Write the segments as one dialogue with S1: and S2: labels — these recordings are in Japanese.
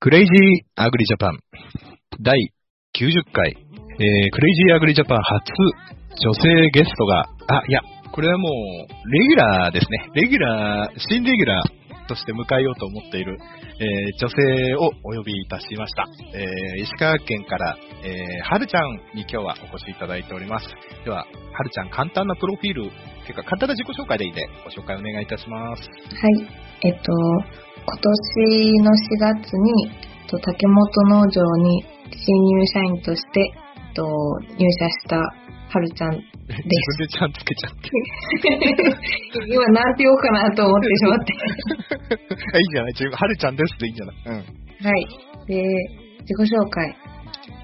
S1: クレイジーアグリジャパン第90回、えークレイジーアグリジャパン初女性ゲストが、あ、いや、これはもう、レギュラーですね。レギュラー、新レギュラーとして迎えようと思っている、えー女性をお呼びいたしました。えー石川県から、えーはるちゃんに今日はお越しいただいております。では、はるちゃん、簡単なプロフィール、ていうか、簡単な自己紹介でいいんで、ご紹介お願いいたします。
S2: はい。えっと、今年の4月に、えっと、竹本農場に新入社員として、えっと、入社したはるちゃん。
S1: 自分でちゃんつけちゃって。
S2: 今なんて言おうかなと思ってしま って。
S1: あいいんじゃない自分、はるちゃんですっていいんじゃないうん。
S2: はい。で、自己紹介。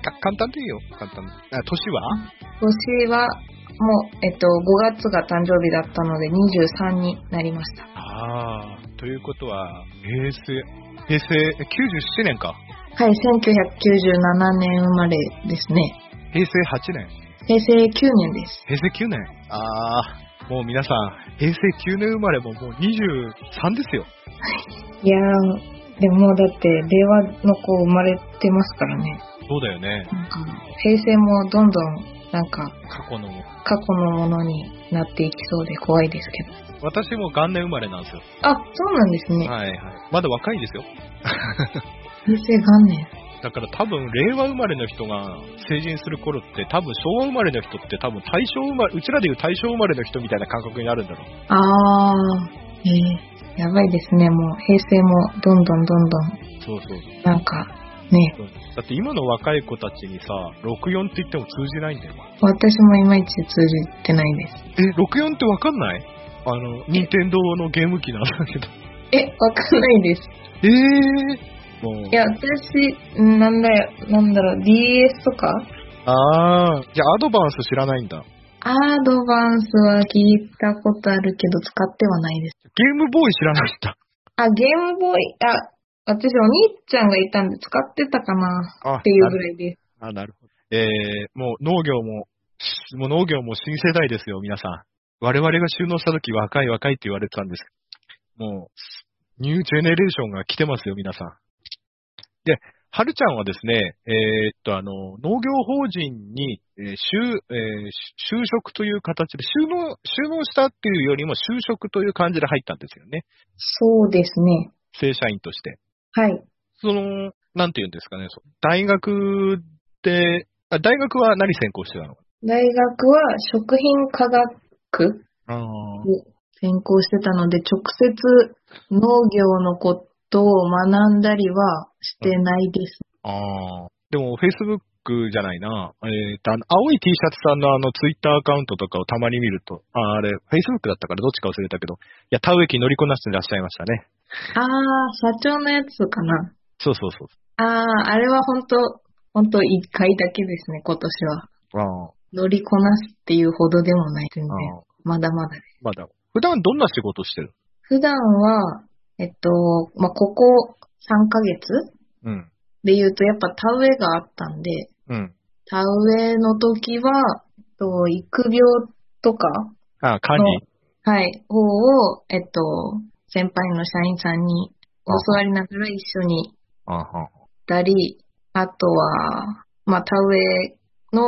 S1: か簡単でいいよ、簡単。あ、年は
S2: 年は、もう、えっと、5月が誕生日だったので23になりました。
S1: ああ、ということは、平成、平成、え97年か。
S2: はい、1997年生まれですね。
S1: 平成8年。
S2: 平成9年です。
S1: 平成9年。ああ、もう皆さん、平成9年生まれももう23ですよ。
S2: いやー、でももうだって、令和の子生まれてますからね。
S1: そうだよね。
S2: なんか、平成もどんどん、なんか、
S1: 過去の。
S2: 過去のものになっていきそうで怖いですけど。
S1: 私も元年生まれなんですよ。
S2: あ、そうなんですね。
S1: はいはい。まだ若いですよ。
S2: 平成元年。
S1: だから多分、令和生まれの人が成人する頃って、多分昭和生まれの人って多分大正生まれ、うちらでいう大正生まれの人みたいな感覚になるんだろう。
S2: あー、えー、やばいですね。もう、平成もどんどんどんどん、
S1: そうそう
S2: なんか、ね、
S1: だって今の若い子たちにさ、64って言っても通じないんだよ。
S2: 私もいまいち通じてないです。
S1: え、64ってわかんないあの、任天堂のゲーム機なんだけど。
S2: え、わかんないです。
S1: えー、もう。
S2: いや、私、んなんだよ、なんだろう、DS とか
S1: ああ、じゃあアドバンス知らないんだ。
S2: アドバンスは聞いたことあるけど、使ってはないです。
S1: ゲームボーイ知らないんだ。
S2: あ、ゲームボーイ、あ、私お兄ちゃんがいたんで使ってたか
S1: あ、
S2: なっていうぐらいです。
S1: あ、なるほど。えー、もう農業も、もう農業も新世代ですよ、皆さん。我々が収納した時若い若いって言われてたんです。もう、ニュージェネレーションが来てますよ、皆さん。で、はるちゃんはですね、えーっと、あの、農業法人に、えー就、えー就就職という形で、収納、収納したっていうよりも就職という感じで入ったんですよね。
S2: そうですね。
S1: 正社員として。
S2: はい。
S1: その、なんて言うんですかね、そう大学で、あ大学は何専攻してたの
S2: 大学は食品科学
S1: ああ、
S2: 専攻してたので、直接農業のことを学んだりはしてないです。
S1: ああ。でも、Facebook じゃないな。えっ、と、あの、青い T シャツさんのあの、Twitter アカウントとかをたまに見ると、ああれ、Facebook だったからどっちか忘れたけど、いや、田植え機乗りこなしてらっしゃいましたね。
S2: あー、社長のやつかな。
S1: そうそうそう。
S2: あー、あれは本当本当一回だけですね、今年は。
S1: ああ、
S2: 乗りこなすっていうほどでもない、全然。
S1: ああ
S2: まだまだです。
S1: まだ。普段どんな仕事してる
S2: 普段は、えっと、まあ、ここ3ヶ月
S1: うん。
S2: で言うと、やっぱ田植えがあったんで、
S1: うん。
S2: 田植えの時は、えっと、育苗とか
S1: ああ、管理。
S2: の、はい、方を、えっと、先輩の社員さんに教わりながら一緒に行っ
S1: ああ、ああ
S2: たり、あとは、まあ、田植えの、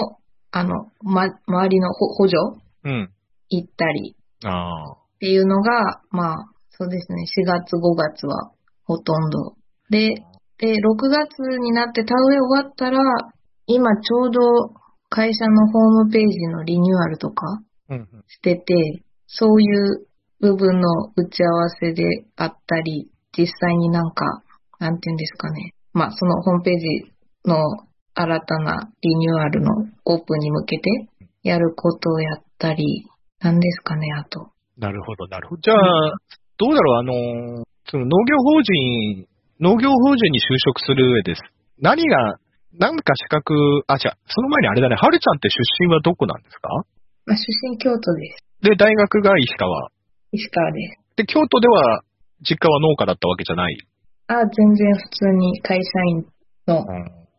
S2: あの、ま、周りのほ補助
S1: うん。
S2: 行ったり
S1: ああ。
S2: っていうのが、まあ、そうですね、4月、5月はほとんど。で、で、6月になって田植え終わったら、今ちょうど会社のホームページのリニューアルとか
S1: うんうん。
S2: してて、そういう部分の打ち合わせであったり、実際になんか、なんていうんですかね。まあ、そのホームページの新たなリニューアルのオープンに向けてやることをやったり、なんですかね、あと。
S1: なるほど、なるほど。じゃあ、どうだろう、あのー、その農業法人、農業法人に就職する上です。何が、何か資格、あ、違う、その前にあれだね、はるちゃんって出身はどこなんですか
S2: まあ、出身京都です。
S1: で、大学が石川。
S2: 石川です。
S1: で、京都では、実家は農家だったわけじゃない。
S2: あ、全然普通に会社員
S1: ん。
S2: の、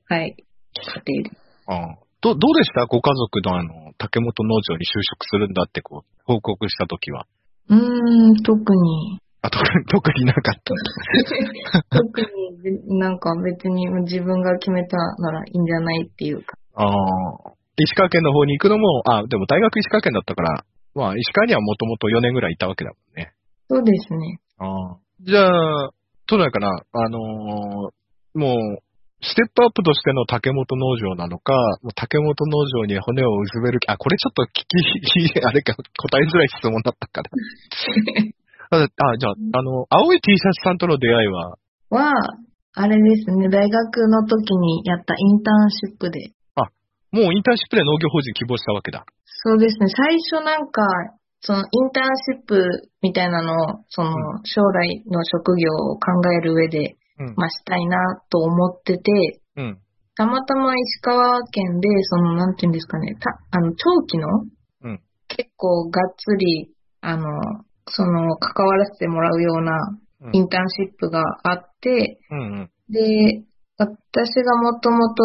S2: はい、家庭で。
S1: うん。ど、どうでしたご家族のあの、竹本農場に就職するんだってこう、報告したときは。
S2: うーん、特に
S1: あと、特になかった。
S2: 特に、なんか別に自分が決めたならいいんじゃないっていうか。
S1: ああ。石川県の方に行くのも、あ、でも大学石川県だったから、まあ、石川にはもともと4年ぐらいいたわけだもんね。
S2: そうです ね。
S1: ああ。じゃあ、都内かな、あのーもう、ステップアップとしての竹本農場なのか、もう竹本農場に骨をうずめる気、あ、これちょっと聞き、あれか、答えづらい 質問だったかな。あ、あじゃあ、あの、青い T シャツさんとの出会いは、
S2: は、あれですね、大学の時にやったインターンシップで。
S1: もうインターンシップで農業法人希望したわけだ。
S2: そうですね、最初なんか、そのインターンシップみたいなのを、その将来の職業を考える上で、
S1: うん
S2: まあしたいなと思ってて、
S1: うん。
S2: たまたま石川県で、その、なんていうんですかね、たあの長期の、
S1: うん
S2: 結構がっつり、あの、その、関わらせてもらうような
S1: う
S2: イ
S1: ん。
S2: ンターンシップがあって、
S1: うんうん。
S2: で、私がもともと、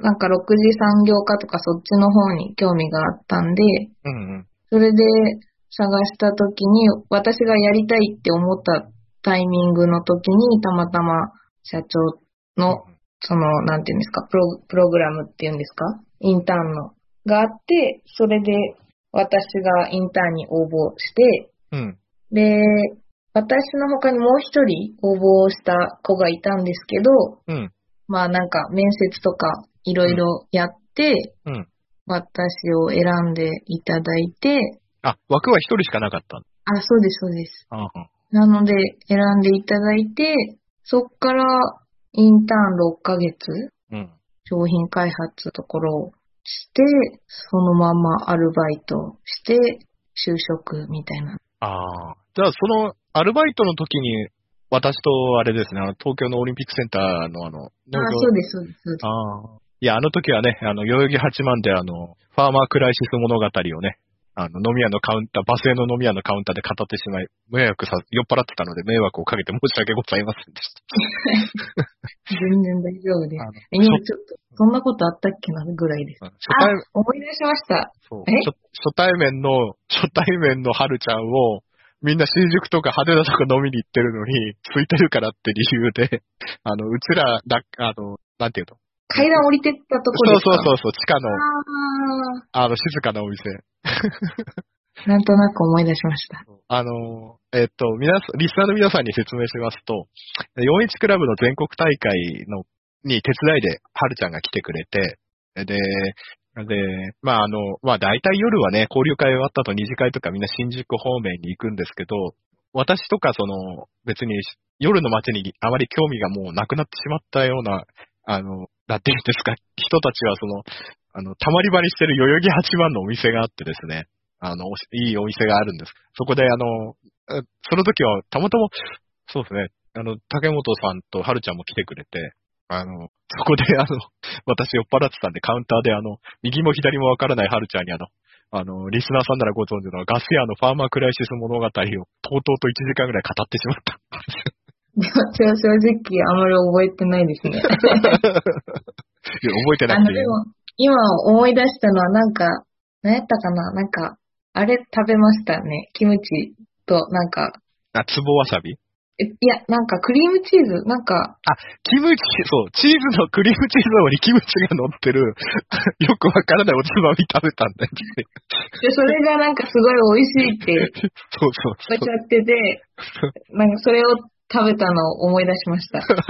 S2: なんか6次産業化とかそっちの方に興味があったんで、
S1: うんうん。
S2: それで探した時に、私がやりたいって思ったタイミングの時に、たまたま社長の、その、なんていうんですか、プロプログラムっていうんですかインターンの。があって、それで私がインターンに応募して、
S1: うん。
S2: で、私の他にもう一人応募をした子がいたんですけど、
S1: うん。
S2: まあなんか面接とかいろいろやって、
S1: うん。
S2: 私を選んでいただいて、
S1: あ、枠は一人しかなかったんだ。
S2: あ、そうです、そうです。
S1: あ
S2: なので選んでいただいて、そっからインターン6ヶ月、
S1: うん。
S2: 商品開発ところをして、そのままアルバイトして、就職みたいな。
S1: ああ。じゃあ、その、アルバイトの時に、私と、あれですね、あの東京のオリンピックセンターの、あの、
S2: あ、そうです、そうです、そうです。
S1: ああ。いや、あの時はね、あの、代々木八幡で、あの、ファーマークライシス物語をね、あの、飲み屋のカウンター、バスへの飲み屋のカウンターで語ってしまい、迷惑さ、酔っ払ってたので、迷惑をかけて申し訳ございませんでした。
S2: 全然大丈夫です
S1: あの。
S2: え、今ちょっと、そんなことあったっけなぐらいです。
S1: 初
S2: あ
S1: 対、
S2: 思い出しました。
S1: そう
S2: え
S1: 初初対面の、初対面の春ちゃんを、みんな新宿とか派手なとこ飲みに行ってるのに、空いてるからって理由で、 あの、うちらだ、あの、なんていうの
S2: 階段降りてったとこ
S1: そ
S2: で
S1: う
S2: すか
S1: そうそうそう、地下の、
S2: あ
S1: あの、静かなお店。
S2: ーなんとなく思い出しました。
S1: あの、えっと、皆さん、リスナーの皆さんに説明しますと、41クラブの全国大会の、に手伝いで、はるちゃんが来てくれて、で、で、まあ、あの、まあ、大体夜はね、交流会終わった後二次会とかみんな新宿方面に行くんですけど、私とかその、別に夜の街にあまり興味がもうなくなってしまったような、あの、なんていうんですか、人たちはその、あの、たまり場にしてる代々木八番のお店があってですね、あの、おしいいお店があるんです。そこで、あの、えその時は、たまたま、そうですね、あの、竹本さんと春ちゃんも来てくれて、あの、そこで、あの、私酔っ払ってたんで、カウンターで、あの、右も左もわからない春ちゃんに、あの、あの、リスナーさんならご存知のガス屋のファーマークライシス物語を、とうとうと1時間ぐらい語ってしまった。
S2: 私は正直あまり覚えてないですね。
S1: いや覚えてな
S2: あ
S1: いっ
S2: の、
S1: てい
S2: で
S1: う。
S2: も、今思い出したのはなんか、何やったかななんか、あれ食べましたね。キムチと、なんか、
S1: あ、つぼわさび
S2: えいや、なんかクリームチーズ、なんか、
S1: キムチ、そう、チーズの、クリームチーズの上にキムチが乗ってる、よくわからないおつまみ食べたんだよね。
S2: でそれがなんかすごい美味しいって
S1: そうそう
S2: おっ
S1: そう
S2: し。ゃってて、なんかそれを食べたのを思い出し ました。
S1: そう、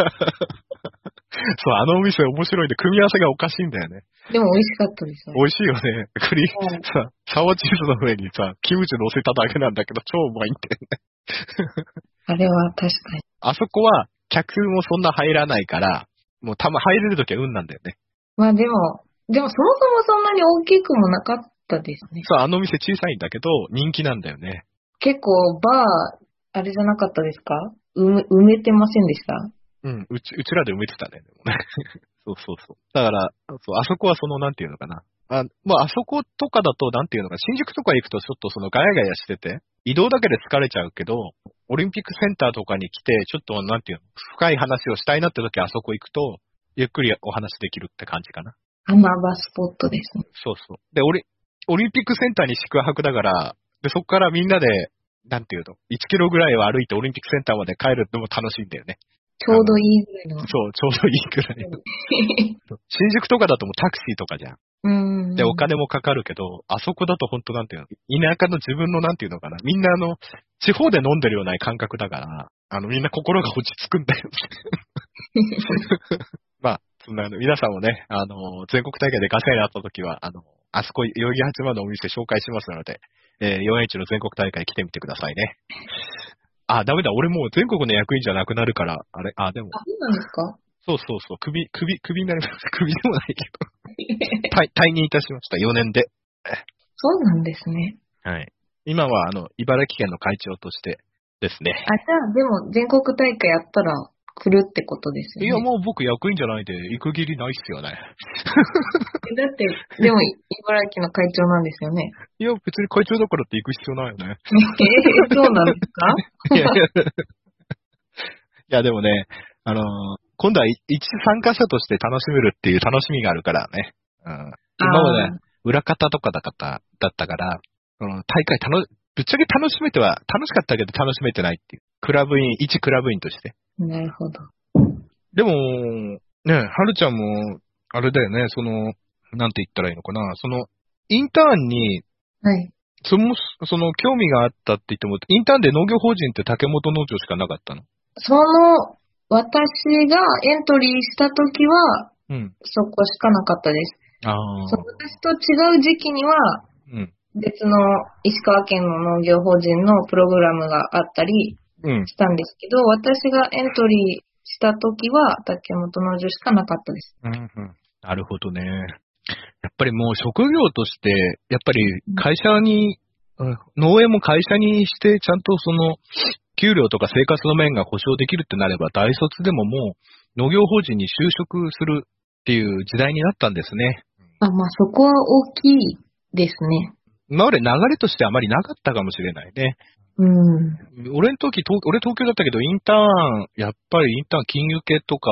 S1: あのお店面白いんで、組み合わせがおかしいんだよね。
S2: でも美味しかったです。
S1: 美味しいよね。クリー
S2: は
S1: ム、さ、サワーチーズの上にさ、キムチ乗せただけなんだけど、超うまいんだよね。
S2: あれは確かに。
S1: あそこは、客もそんな入らないから、もうたま、入れるときは運なんだよね。
S2: まあでも、でもそもそもそんなに大きくもなかったですね。
S1: そう、あのお店小さいんだけど、人気なんだよね。
S2: 結構バー、あれじゃなかったですか埋め埋めてませんでした
S1: うん、うち、うちらで埋めてたね。でもね そうそうそう。だから、そう、あそこはその、なんていうのかな。あ、まあ、あそことかだと、なんていうのかな、新宿とか行くとちょっとそのガヤガヤしてて、移動だけで疲れちゃうけど、オリンピックセンターとかに来て、ちょっとなんていうの、深い話をしたいなって時はあそこ行くと、ゆっくりお話できるって感じかな。
S2: 穴場スポットですね。
S1: そうそう。で、オリ、オリンピックセンターに宿泊だから、で、そこからみんなで、なんていうの、1キロぐらいは歩いてオリンピックセンターまで帰るのも楽しいんだよね。
S2: ちょうどいいぐらいの
S1: そう、。ちょうどいいぐらいの。新宿とかだともうタクシーとかじゃん。
S2: うん。
S1: で、お金もかかるけど、あそこだと本当なんていうの、田舎の自分のなんていうのかな、みんなあの、地方で飲んでるような感覚だから、あの、みんな心が落ち着くんだ よ。まあ、そんなあの、皆さんもね、あの、全国大会でガセになった時は、あの、あそこ、代々木八幡のお店紹介しますので、えー、4H の全国大会来てみてくださいね。あ、ダメだ、俺もう全国の役員じゃなくなるから、あれ、あ、でも、
S2: あ、そうなんですか
S1: そうそうそう、首、首、首になりました。首でもない けど。退退任いたしました、4年で。
S2: そうなんですね。
S1: はい。今は、あの、茨城県の会長としてですね。
S2: あ、じゃあ、でも、全国大会やったら来るってことですよ
S1: いや、
S2: ね。
S1: もう僕役員じゃないで、行く義理ないっすよね。
S2: だって、でも、茨城の会長なんですよね。
S1: いや、別に会長だからって行く必要ないよ ね。
S2: えー、そうなんです か
S1: いやいやいや、でもね、あのー今度は一参加者として楽しめるっていう楽しみがあるからね。うん、今まで
S2: あー
S1: 裏方とかだっただったから、その大会楽、ぶっちゃけ楽しめては、楽しかったけど楽しめてないっていう。クラブ員、一クラブ員として。
S2: なるほど。
S1: でも、ね、はるちゃんも、あれだよね、その、なんて言ったらいいのかな、その、インターンに、
S2: はい。
S1: その、その、興味があったって言っても、インターンで農業法人って竹本農場しかなかったの
S2: その、私がエントリーしたときは、
S1: うん。
S2: そこしかなかったです。
S1: あ
S2: その私と違う時期には、
S1: うん。
S2: 別の石川県の農業法人のプログラムがあったり
S1: うん。
S2: したんですけど、私がエントリーしたときは、竹本農場しかなかったです。
S1: うん。なるほどね。やっぱりもう職業として、やっぱり会社に、うん農園も会社にして、ちゃんとその、給料とか生活の面が保障できるってなれば、大卒でももう農業法人に就職するっていう時代になったんですね。
S2: あ、まあそこは大きいですね。
S1: 今まで流れとしてあまりなかったかもしれないね。
S2: うん。
S1: 俺の時、東俺東京だったけど、インターン、やっぱりインターン金融系とか、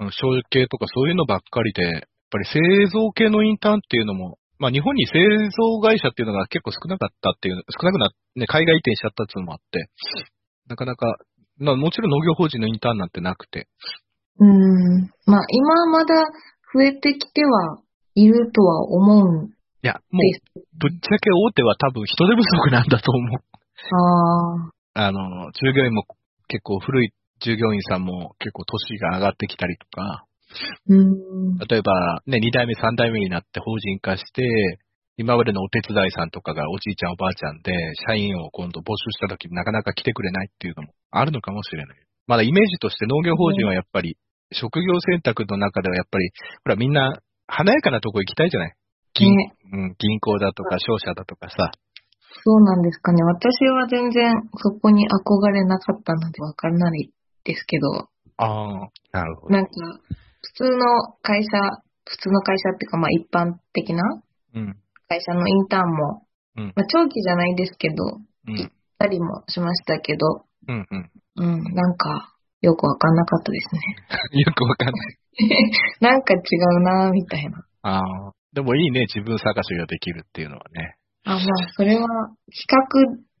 S1: うん商業系とかそういうのばっかりで、やっぱり製造系のインターンっていうのも、まあ日本に製造会社っていうのが結構少なかったっていう、少なくなっね、海外移転しちゃったっていうのもあって、なかなか、まあもちろん農業法人のインターンなんてなくて、
S2: うん。まあ今はまだ増えてきてはいるとは思うんで
S1: いや、もう、
S2: す。
S1: ぶっちゃけ大手は多分人手不足なんだと思う。
S2: ああ。
S1: あの、従業員も結構古い従業員さんも結構年が上がってきたりとか、
S2: うん。
S1: 例えば、ね、2代目、3代目になって法人化して、今までのお手伝いさんとかがおじいちゃん、おばあちゃんで、社員を今度募集した時になかなか来てくれないっていうのもあるのかもしれない。まだイメージとして農業法人はやっぱり、職業選択の中ではやっぱり、ほらみんな華やかなとこ行きたいじゃない銀,、
S2: ね、
S1: うん、銀行だとか商社だとかさ。
S2: そうなんですかね。私は全然そこに憧れなかったのでわからないですけど、
S1: ああ、なるほど。
S2: なんか、普通の会社、普通の会社っていうか、まあ一般的な
S1: うん。
S2: 会社のインターンも、
S1: うん
S2: まあ長期じゃないですけど、
S1: うん。
S2: たりもしましたけど、
S1: うん。うん。
S2: うん、なんか、よくわかんなかったですね。
S1: よくわかんない。
S2: なんか違うなぁみたいな。
S1: ああ。でもいいね、自分探しができるっていうのはね。
S2: あ、まあ、それは、比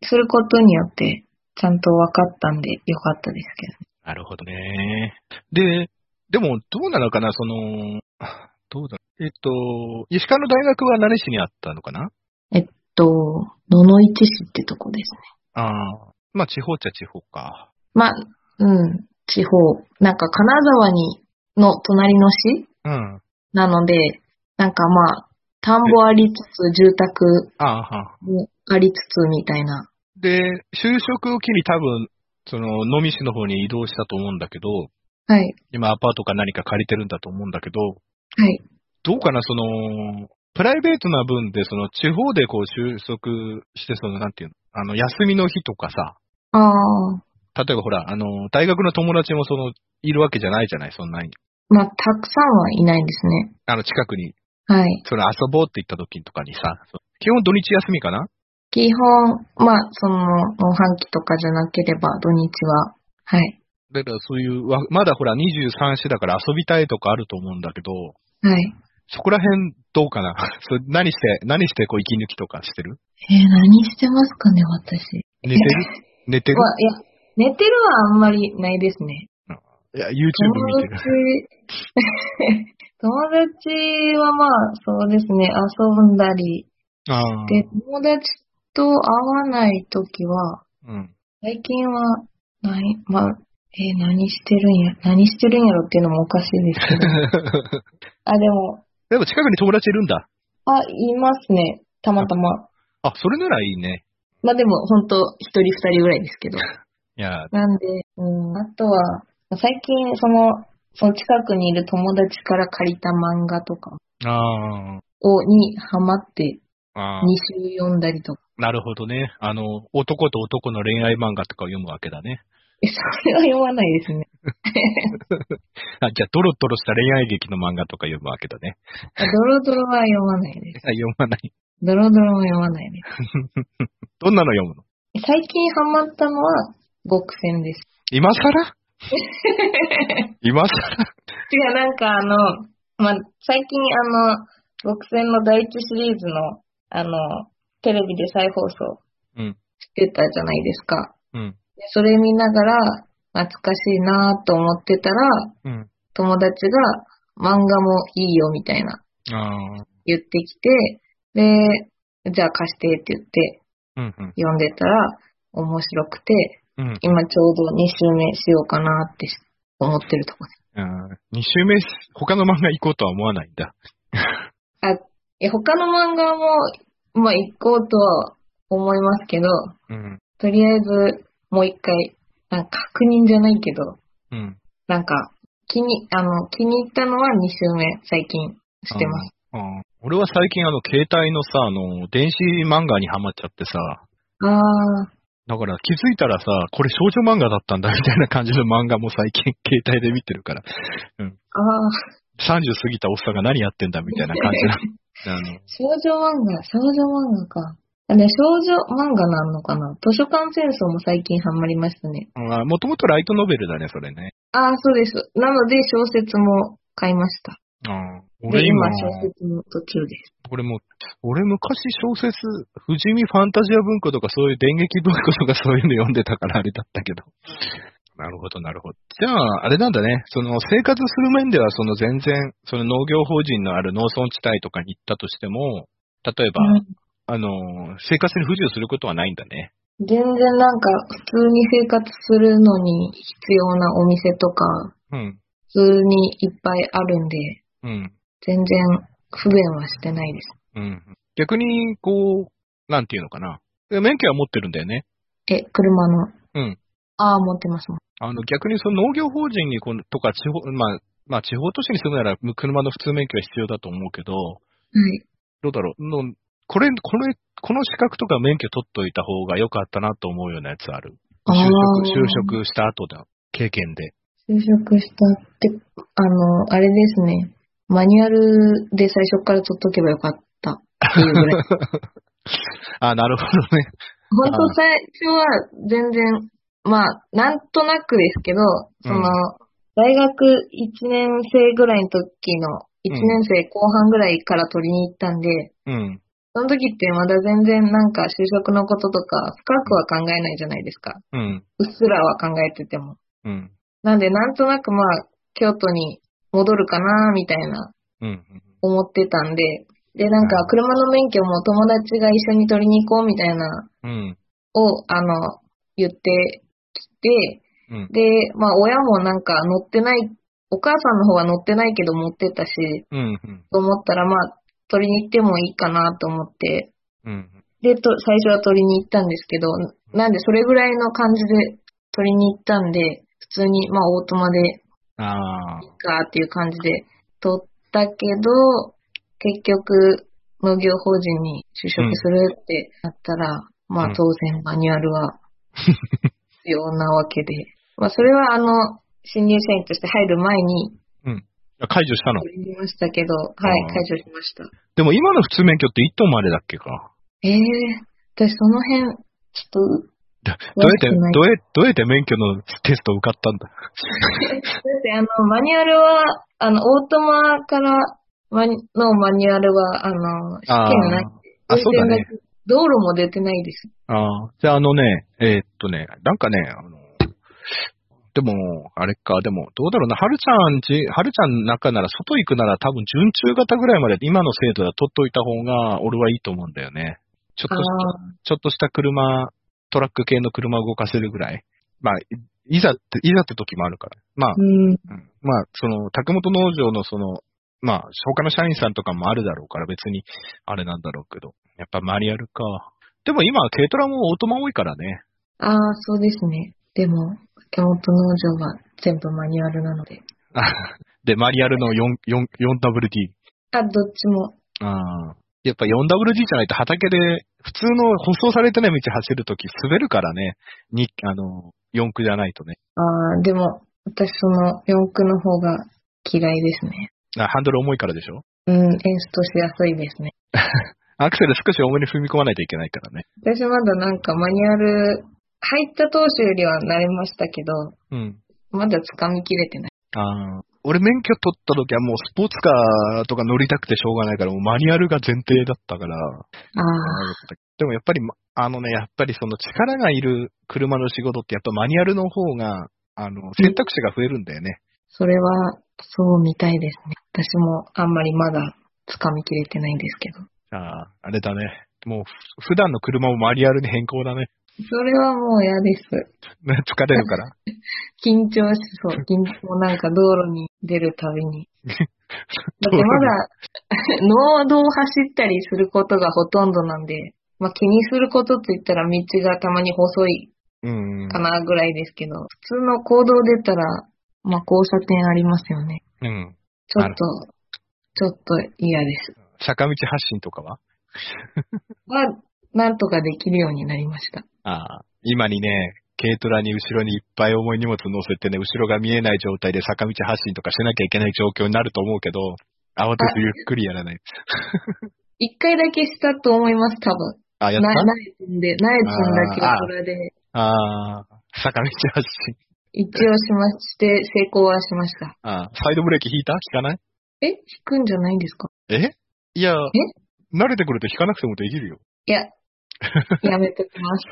S2: 較することによって、ちゃんと分かったんで、よかったですけど。
S1: なるほどね。で、でも、どうなのかな、その、どうだろう。えっと、石川の大学は何市にあったのかな
S2: と、野々市市ってとこですね。
S1: ああ。まあ、地方っちゃ地方か。
S2: まあ、うん、地方。なんか、金沢に、の隣の市
S1: うん。あ
S2: なので、なんかまあ、田んぼありつつ、住宅
S1: あは。
S2: もありつつ、みたいな。
S1: で、就職を機に多分、その、能美市の方に移動したと思うんだけど、
S2: はい、
S1: 今アパートか何か借りてるんだと思うんだけど、
S2: はい。
S1: どうかな、その、プライベートな分で、その、地方でこう、就職して、その、なんていうの、あの、休みの日とかさ、
S2: ああ、
S1: 例えばほら、あの、大学の友達もその、いるわけじゃないじゃない、そんなに。
S2: まあ、たくさんはいないですね。
S1: あの、近くに、
S2: はい。
S1: その遊ぼうって言った時とかにさ、基本土日休みかな
S2: 基本、まあ、その、模範期とかじゃなければ、土日は、はい、
S1: だからそういうわ、まだほら23市だから遊びたいとかあると思うんだけど、
S2: はい。
S1: そこら辺どうか なそれ何して、何してこう息抜きとかしてる
S2: えー何してますかね、私。
S1: 寝てる寝てる
S2: わいや、寝てるはあんまりないですね。
S1: いや、YouTube 見
S2: 友
S1: てる
S2: 達。、友達 はまあ、そうですね、遊んだり。
S1: ああ。
S2: で、友達と会わないときは、
S1: うん。
S2: 最近は、ない、まあ、えー何してるんや、何してるんやろっていうのもおかしいですけど。 あ、でも、
S1: でも近くに友達いるんだ。
S2: あ、いますね、たまたま。
S1: あ、それならいいね。
S2: まあでも、本当一人二人ぐらいですけど。
S1: いや、
S2: なんで、うん、あとは、最近、その、その近くにいる友達から借りた漫画とか
S1: あ
S2: を、にハマって、
S1: あ。ああ
S2: 2週読んだりとか。
S1: なるほどね。あの、男と男の恋愛漫画とかを読むわけだね。
S2: え、それは読まないですね。
S1: あ、じゃあ、ドロドロした恋愛劇の漫画とか読むわけだね。
S2: あドロドロは読まない です。
S1: あ読まない。
S2: ドロドロは読まないで
S1: どんなの読むの
S2: す。最近ハマったのは、極戦です。
S1: 今 更今更
S2: 違う、なんかあの、まあ、最近あの、極戦の第一シリーズの、あの、テレビで再放送
S1: うん
S2: してたじゃないですか。
S1: うん。
S2: でそれ見ながら、懐かしいなぁと思ってたら、
S1: うん。
S2: 友達が漫画もいいよみたいな
S1: ああ。
S2: 言ってきて、で、じゃあ貸してって言って
S1: うんうん。
S2: 読んでたら面白くて、
S1: うん。
S2: 今ちょうど2週目しようかなって思ってるとこで
S1: 2週目、他の漫画行こうとは思わないんだ。
S2: す。あ、え、他の漫画も、まあ行こうとは思いますけど、
S1: うん。
S2: とりあえずもう一回、なんか確認じゃないけど、
S1: うん。
S2: なんか、気に、あの、気に入ったのは2週目、最近してます。
S1: あー俺は最近あの、携帯のさ、あの、電子漫画にハマっちゃってさ、
S2: ああ
S1: だから気づいたらさ、これ少女漫画だったんだみたいな感じの漫画も最近 携帯で見てるから、
S2: ー、ああ、
S1: 30過ぎたおっさんが何やってんだみたいな感じな。あの
S2: 少女漫画、少女漫画か。あれ、少女漫画なのかな図書館戦争も最近ハマりましたね。
S1: あもともとライトノベルだね、それね。
S2: ああ、そうです。なので、小説も買いました。
S1: あ
S2: で、
S1: 俺
S2: 今
S1: 今、、
S2: 小説の途中です。
S1: 俺も、俺昔小説、富士見ファンタジア文庫とかそういう電撃文庫とかそういうの読んでたからあれだったけど。なるほど、なるほど。じゃあ、あれなんだね。その生活する面ではその全然、その農業法人のある農村地帯とかに行ったとしても、例えば、
S2: うん
S1: あの、生活に不自由することはないんだね。
S2: 全然なんか、普通に生活するのに必要なお店とか、
S1: うん。
S2: 普通にいっぱいあるんで、
S1: うん。
S2: 全然不便はしてないです。
S1: うん。逆に、こう、なんていうのかな。え免許は持ってるんだよね。
S2: え、車の。
S1: うん。
S2: ああ、持ってますもん。
S1: あの、逆にその農業法人にこのとか地方、まあ、まあ、地方都市に住むならむ車の普通免許は必要だと思うけど、
S2: はい。
S1: どうだろうの、これ、これ、この資格とか免許取っといた方が良かったなと思うようなやつある。就
S2: あー
S1: 職、就職した後だ。経験で。
S2: 就職したって、あの、あれですね。マニュアルで最初から取っとけばよかったっていうぐ らい。
S1: あ、なるほどね。
S2: 本当最初は全然、まあ、なんとなくですけど、その、
S1: うん
S2: 大学1年生ぐらいの時の、1年生後半ぐらいから取りに行ったんで、
S1: うん。
S2: その時ってまだ全然なんか就職のこととか深くは考えないじゃないですか。
S1: うん。
S2: うっすらは考えてても。
S1: うん。
S2: なんで、なんとなくまあ、京都に戻るかな、みたいな、
S1: うん。
S2: 思ってたんで、で、なん
S1: は
S2: か、
S1: い
S2: 車の免許も友達が一緒に取りに行こう、みたいな、
S1: うん。
S2: を、あの、言ってきて、
S1: うん。
S2: で、まあ、親もなんか乗ってない、お母さんの方は乗ってないけど持ってたし、
S1: うん。
S2: と思ったら、まあ、取りに行ってもいいかなと思って、
S1: うん。
S2: で、と、最初は取りに行ったんですけど、なんで、それぐらいの感じで取りに行ったんで、普通に、まあ、オートマで
S1: ああ。
S2: かっていう感じで取ったけど、結局農業法人に就職するってなったら、ま
S1: う
S2: あ
S1: ん
S2: 当然マニュアルは必要なわけで、 まあそれはあの、新入社員として入る前に
S1: 解除したの。
S2: 取りましたけど、はい、
S1: あー
S2: 解除しました。
S1: でも今の普通免許って1トンまでだっけか。
S2: ええ私その辺、ちょっと、
S1: だどうやって、
S2: 詳しくない
S1: どうやどうやって免許のテストを受かったんだ。
S2: だってあの、マニュアルは、あの、オートマからマニのマニュアルは、あの、試験
S1: あ
S2: ない
S1: ーあ、そうだね。
S2: 道路も出てないです。
S1: ああ、じゃああのね、えーっとね、なんかね、あの、でも、あれか、でも、どうだろうな、はるちゃんち、はるちゃんの中なら、外行くなら多分、準中型ぐらいまで、今の制度では取っといた方が、俺はいいと思うんだよね。ちょっ
S2: あ
S1: とした
S2: あ、
S1: ちょっとした車、トラック系の車を動かせるぐらい。まあ、いいざって、いざって時もあるから。まあ、
S2: うん。
S1: うんまあ、その、竹本農場のその、まあ、他の社員さんとかもあるだろうから別に、あれなんだろうけど。やっぱマニュアルか。でも今、軽トラもオートマ多いからね。
S2: ああ、そうですね。でも、竹本農場は全部マニュアルなので。
S1: で、マニュアルの 4- 4- 4WD。
S2: あ、どっちも。
S1: ああ。やっぱ 4WD じゃないと畑で、普通の舗装されてない道走るとき滑るからね。に、あの、4駆じゃないとね。
S2: ああ、でも、私その四駆の方が嫌いですね。
S1: あハンドル重いからでしょ
S2: うん、演出しやすいですね。
S1: アクセル少し重めに踏み込まないといけないからね。
S2: 私まだなんかマニュアル、入った当初よりは慣れましたけど、
S1: うん。
S2: まだ掴みきれてない。
S1: ああ。俺免許取った時はもうスポーツカーとか乗りたくてしょうがないから、もうマニュアルが前提だったから。
S2: ああ、
S1: でもやっぱりま、あのね、やっぱりその力がいる車の仕事ってやっぱマニュアルの方が、あの、選択肢が増えるんだよね。
S2: それはそうみたいですね。私もあんまりまだ掴みきれてないんですけど。
S1: ああ、あれだね。もうふ、普段の車をマニュアルに変更だね。
S2: それはもう嫌です。
S1: ね疲れるから。
S2: 緊張しそう。 緊張なんか道路に出るたびに。だって まだ、 農道を走ったりすることがほとんどなんで、まあ気にすることって言ったら道がたまに細い
S1: うん。
S2: かなぐらいですけど、普通の行動出たら、まあ交差点ありますよね。
S1: うん。
S2: ちょ
S1: あ
S2: っ
S1: る
S2: と、ちょっと嫌です。
S1: 坂道発進とかは
S2: は、なんとかできるようになりました。
S1: ああ、今にね、軽トラに後ろにいっぱい重い荷物乗せてね、後ろが見えない状態で坂道発進とかしなきゃいけない状況になると思うけど、慌てずゆっくりやらない。
S2: 一回だけしたと思います、多分。
S1: あ、や
S2: な
S1: っ
S2: 慣れてんで、慣れてんだけど
S1: あー、
S2: それで、
S1: たああ、坂道発進。
S2: 一応しまして、成功はしました。
S1: ああ、サイドブレーキ引いた引かない
S2: え引くんじゃないんですか
S1: えいや、慣れてくると引かなくてもできるよ。
S2: い や、やめとき ます。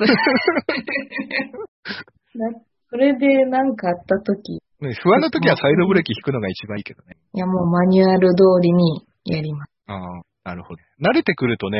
S2: なそれでなんかあった時、い
S1: ね、不安な時はサイドブレーキ引くのが一番いいけどね。
S2: やもうマニュアル通りにやります。
S1: ああ、なるほど。慣れてくるとね、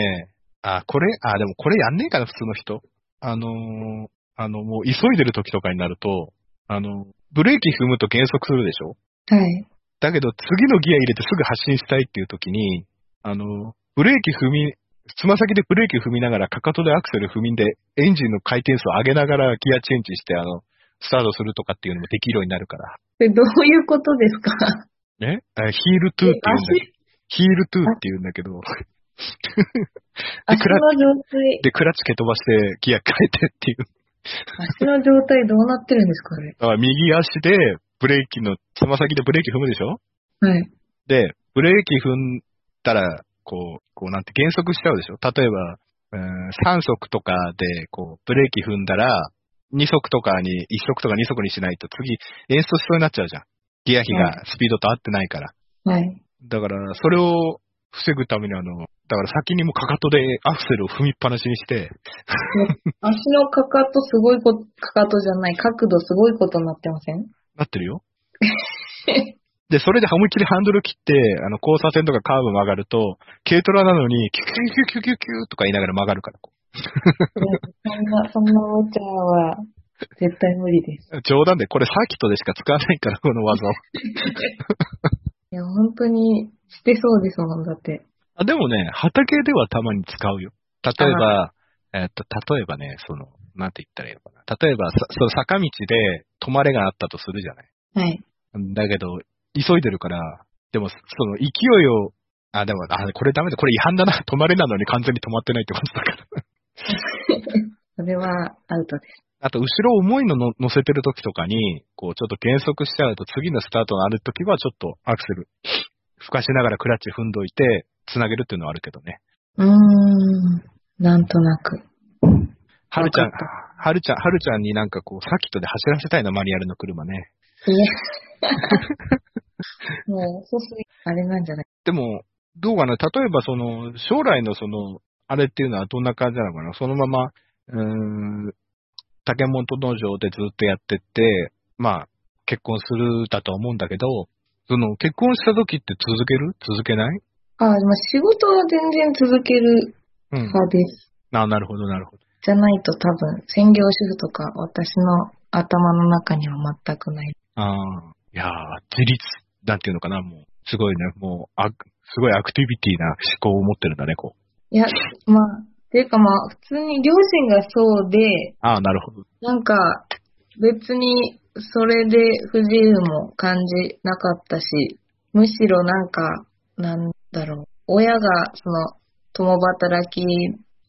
S1: あ、これ、あ、でもこれやんねえかな、普通の人。あのーあの、もう急いでる時とかになると、あの、ブレーキ踏むと減速するでしょ
S2: はい。
S1: だけど、次のギア入れてすぐ発進したいっていう時に、あの、ブレーキ踏み、つま先でブレーキ踏みながら、かかとでアクセル踏みんで、エンジンの回転数を上げながらギアチェンジして、あの、スタートするとかっていうのもできるようになるから。
S2: でどういうことですか
S1: ねあヒールトゥーって言うんだけど、ヒールトゥーって言うんだけど、
S2: 足
S1: クラ
S2: の状態、
S1: で、クラッチ蹴飛ばして、ギア変えてっていう。
S2: 足の状態どうなってるんですかあれ。
S1: だから右足で、ブレーキの、つま先でブレーキ踏むでしょ
S2: はい。
S1: で、ブレーキ踏んだら、こう、こうなんて減速しちゃうでしょ例えば、うん、3速とかで、こう、ブレーキ踏んだら、2速とかに、1速とか2速にしないと、次、演出しそうになっちゃうじゃん。ギア比がスピードと合ってないから。
S2: はい。
S1: だから、それを防ぐために、あの、だから先にもうかかとでアクセルを踏みっぱなしにして、
S2: 足のかかとすごいこ、かかとじゃない、角度すごいことになってません
S1: なってるよ。で、それで思いっきりハンドル切って、あの、交差点とかカーブ曲がると、軽トラなのに、キュキュキュキュキュキュとか言いながら曲がるから、こ
S2: そんな、そんなおもちゃは絶対無理です。
S1: う冗談で、これサーキットでしか使わないから、この技を。
S2: いや、本当にしてそうですもん、だって。
S1: あでもね、畑ではたまに使うよ。例えば、えっと、例えばね、その、なんて言ったらいいのかな。例えば、さその坂道で止まれがあったとするじゃない。
S2: はい。
S1: だけど、急いでるから、でも、その勢いを、あ、でも、あ、これダメだ、これ違反だな、止まれなのに完全に止まってないってことだから。
S2: それはアウトです。
S1: あと、後ろ重いのの乗せてる時とかに、こう、ちょっと減速しちゃうと、次のスタートがある時は、ちょっとアクセル、ふかしながらクラッチ踏んどいて、つなげるっていうのはあるけどね。
S2: うーん。なんとなく。
S1: はるちゃん
S2: わかっ、
S1: はるちゃん、はるちゃんになんかこう、サーキットで走らせたいな、マニュアルの車ね。
S2: いや。 もう、遅すぎ。あれなんじゃない
S1: でも、どうかな、例えばその、将来のその、あれっていうのはどんな感じなのかなそのまま、うーん、竹本道場でずっとやってって、まあ、結婚するだと思うんだけど、その、結婚した時って続ける続けない
S2: あ、まあ、仕事は全然続ける
S1: うん。
S2: 派です。
S1: あ、なるほど、なるほど。
S2: じゃないと多分、専業主婦とか私の頭の中には全くない。
S1: ああ、いやー自立、なんていうのかな、もう、すごいね、もう、あすごいアクティビティな思考を持ってるんだね、こう。
S2: いや、まあ、ていうかまあ、普通に両親がそうで、
S1: ああ、なるほど。
S2: なんか、別にそれで不自由も感じなかったし、むしろなんか、なんだろう、親がその、共働き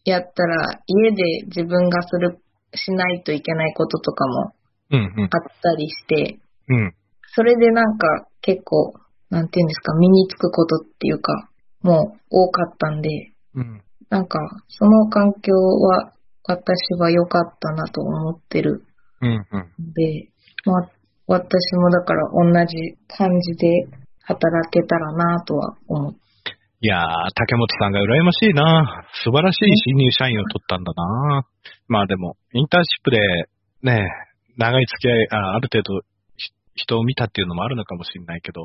S2: やったら、家で自分がする、しないといけないこととかも
S1: うん、うん
S2: あったりして、、
S1: うん。
S2: それでなんか結構、なんていうんですか、身につくことっていうか、もう多かったんで、
S1: うん。
S2: なんか、その環境は、私は良かったなと思ってる
S1: うん、うん。
S2: んで、まあ、私もだから同じ感じで働けたらなとは思って。
S1: いやー、竹本さんが羨ましいな素晴らしい新入社員を取ったんだなまあでも、インターンシップで、ね、長い付き合い、あある程度、ひ人を見たっていうのもあるのかもしれないけど、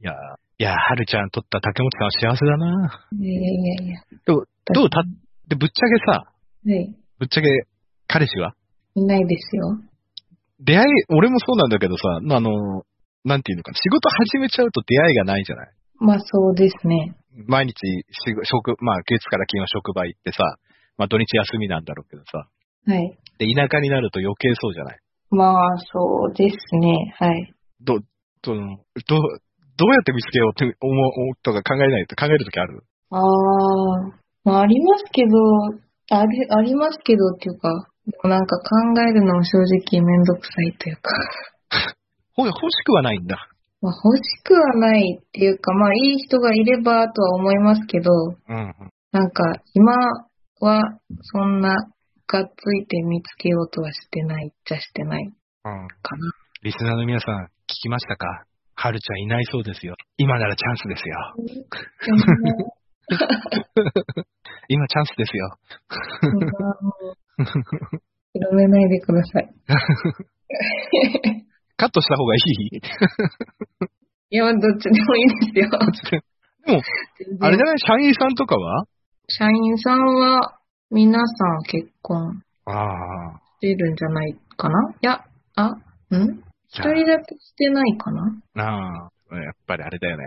S1: いやー、いやー、はるちゃん取った竹本さんは幸せだない
S2: やいやいや。
S1: でもどうたで、ぶっちゃけさ、
S2: はい。
S1: ぶっちゃけ、彼氏はい
S2: ないですよ。
S1: 出会い、俺もそうなんだけどさ、あの、なんていうのかな、仕事始めちゃうと出会いがないじゃない
S2: まあそうですね。
S1: 毎日仕事、職、まあ、月から金は職場行ってさ、まあ、土日休みなんだろうけどさ、
S2: はい。
S1: で、田舎になると余計そうじゃない
S2: まあそうですね。はい。
S1: ど、どの、ど、どうやって見つけようって思う、思うとか考えないと、考えるときある
S2: ああ、まあありますけど、あり、ありますけどっていうか、でもなんか考えるのも正直めんどくさいというか、
S1: ほ、欲しくはないんだ。
S2: まあ欲しくはないっていうか、まあいい人がいればとは思いますけど、
S1: うんうん。
S2: なんか、今は、そんな、がっついて見つけようとはしてないっちゃしてない
S1: うん。
S2: か な。
S1: リスナーの皆さん、聞きましたかはるちゃんいないそうですよ。今ならチャンスですよ。
S2: でも
S1: 今チャンスですよ。
S2: ねもう広めないでくだ さい。
S1: カットした方がいい
S2: いや、どっちでもいいですよ。全然
S1: あれじゃない社員さんとかは
S2: 社員さんは、皆さん結婚
S1: ああ。
S2: してるんじゃないかないや、あ、ん一人立てしてないかな
S1: なあ、やっぱりあれだよね。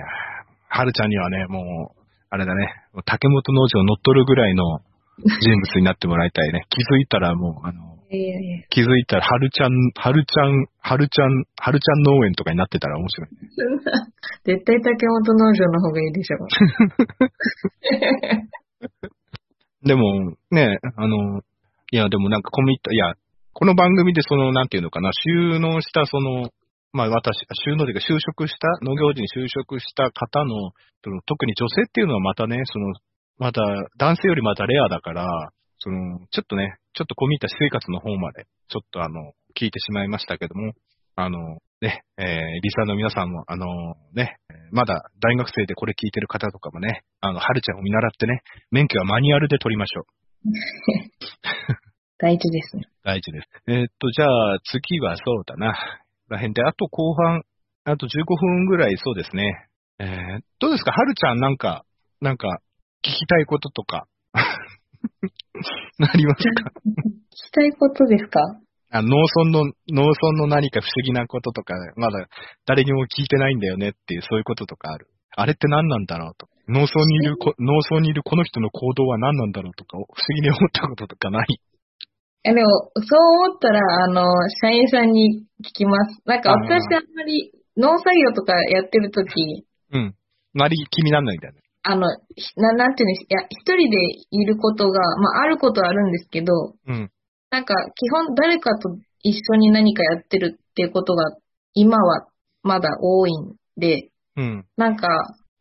S1: はるちゃんにはね、もう、あれだね、竹本農場を乗っ取るぐらいの人物になってもらいたいね。気 づいたらもう、あの、
S2: いやいやいや。
S1: 気づいたら、はるちゃん、はるちゃん、はるちゃん、はるちゃん農園とかになってたら面白い。
S2: 絶対竹本農場の方がいいでし ょ。
S1: でも、ね、あの、いや、でもなんかコミット、いや、この番組でその、なんていうのかな、収納した、その、まあ私、収納というか就職した、農業時に就職した方の、その特に女性っていうのはまたね、その、また、男性よりまたレアだから、その、ちょっとね、ちょっと込み入った私生活の方まで、ちょっとあの、聞いてしまいましたけども、あの、ね、えー、リサの皆さんも、あの、ね、まだ大学生でこれ聞いてる方とかもね、あの、はるちゃんを見習ってね、免許はマニュアルで取りましょう。
S2: 大事ですね。
S1: 大事です。えーっと、じゃあ、次はそうだな。ここら辺で、あと後半、あと15分ぐらい、そうですね。えーどうですかはるちゃん、なんか、なんか、聞きたいこととか、 なりますか
S2: 聞きたいことですか
S1: あ農村の、農村の何か不思議なこととか、まだ誰にも聞いてないんだよねっていう、そういうこととかある。あれって何なんだろうと。農村にいるこ、農村にいるこの人の行動は何なんだろうとか、不思議に思ったこととかない。
S2: え、でも、そう思ったら、あの、社員さんに聞きます。なんか
S1: あー
S2: 私あんまり、農作業とかやってるとき、
S1: うん。なり気にならないんだよね。
S2: あの、ひななんていうんですいや、一人でいることが、まあ、あることはあるんですけど、
S1: うん。
S2: なんか、基本誰かと一緒に何かやってるっていうことが、今はまだ多いんで、
S1: うん。
S2: なんか、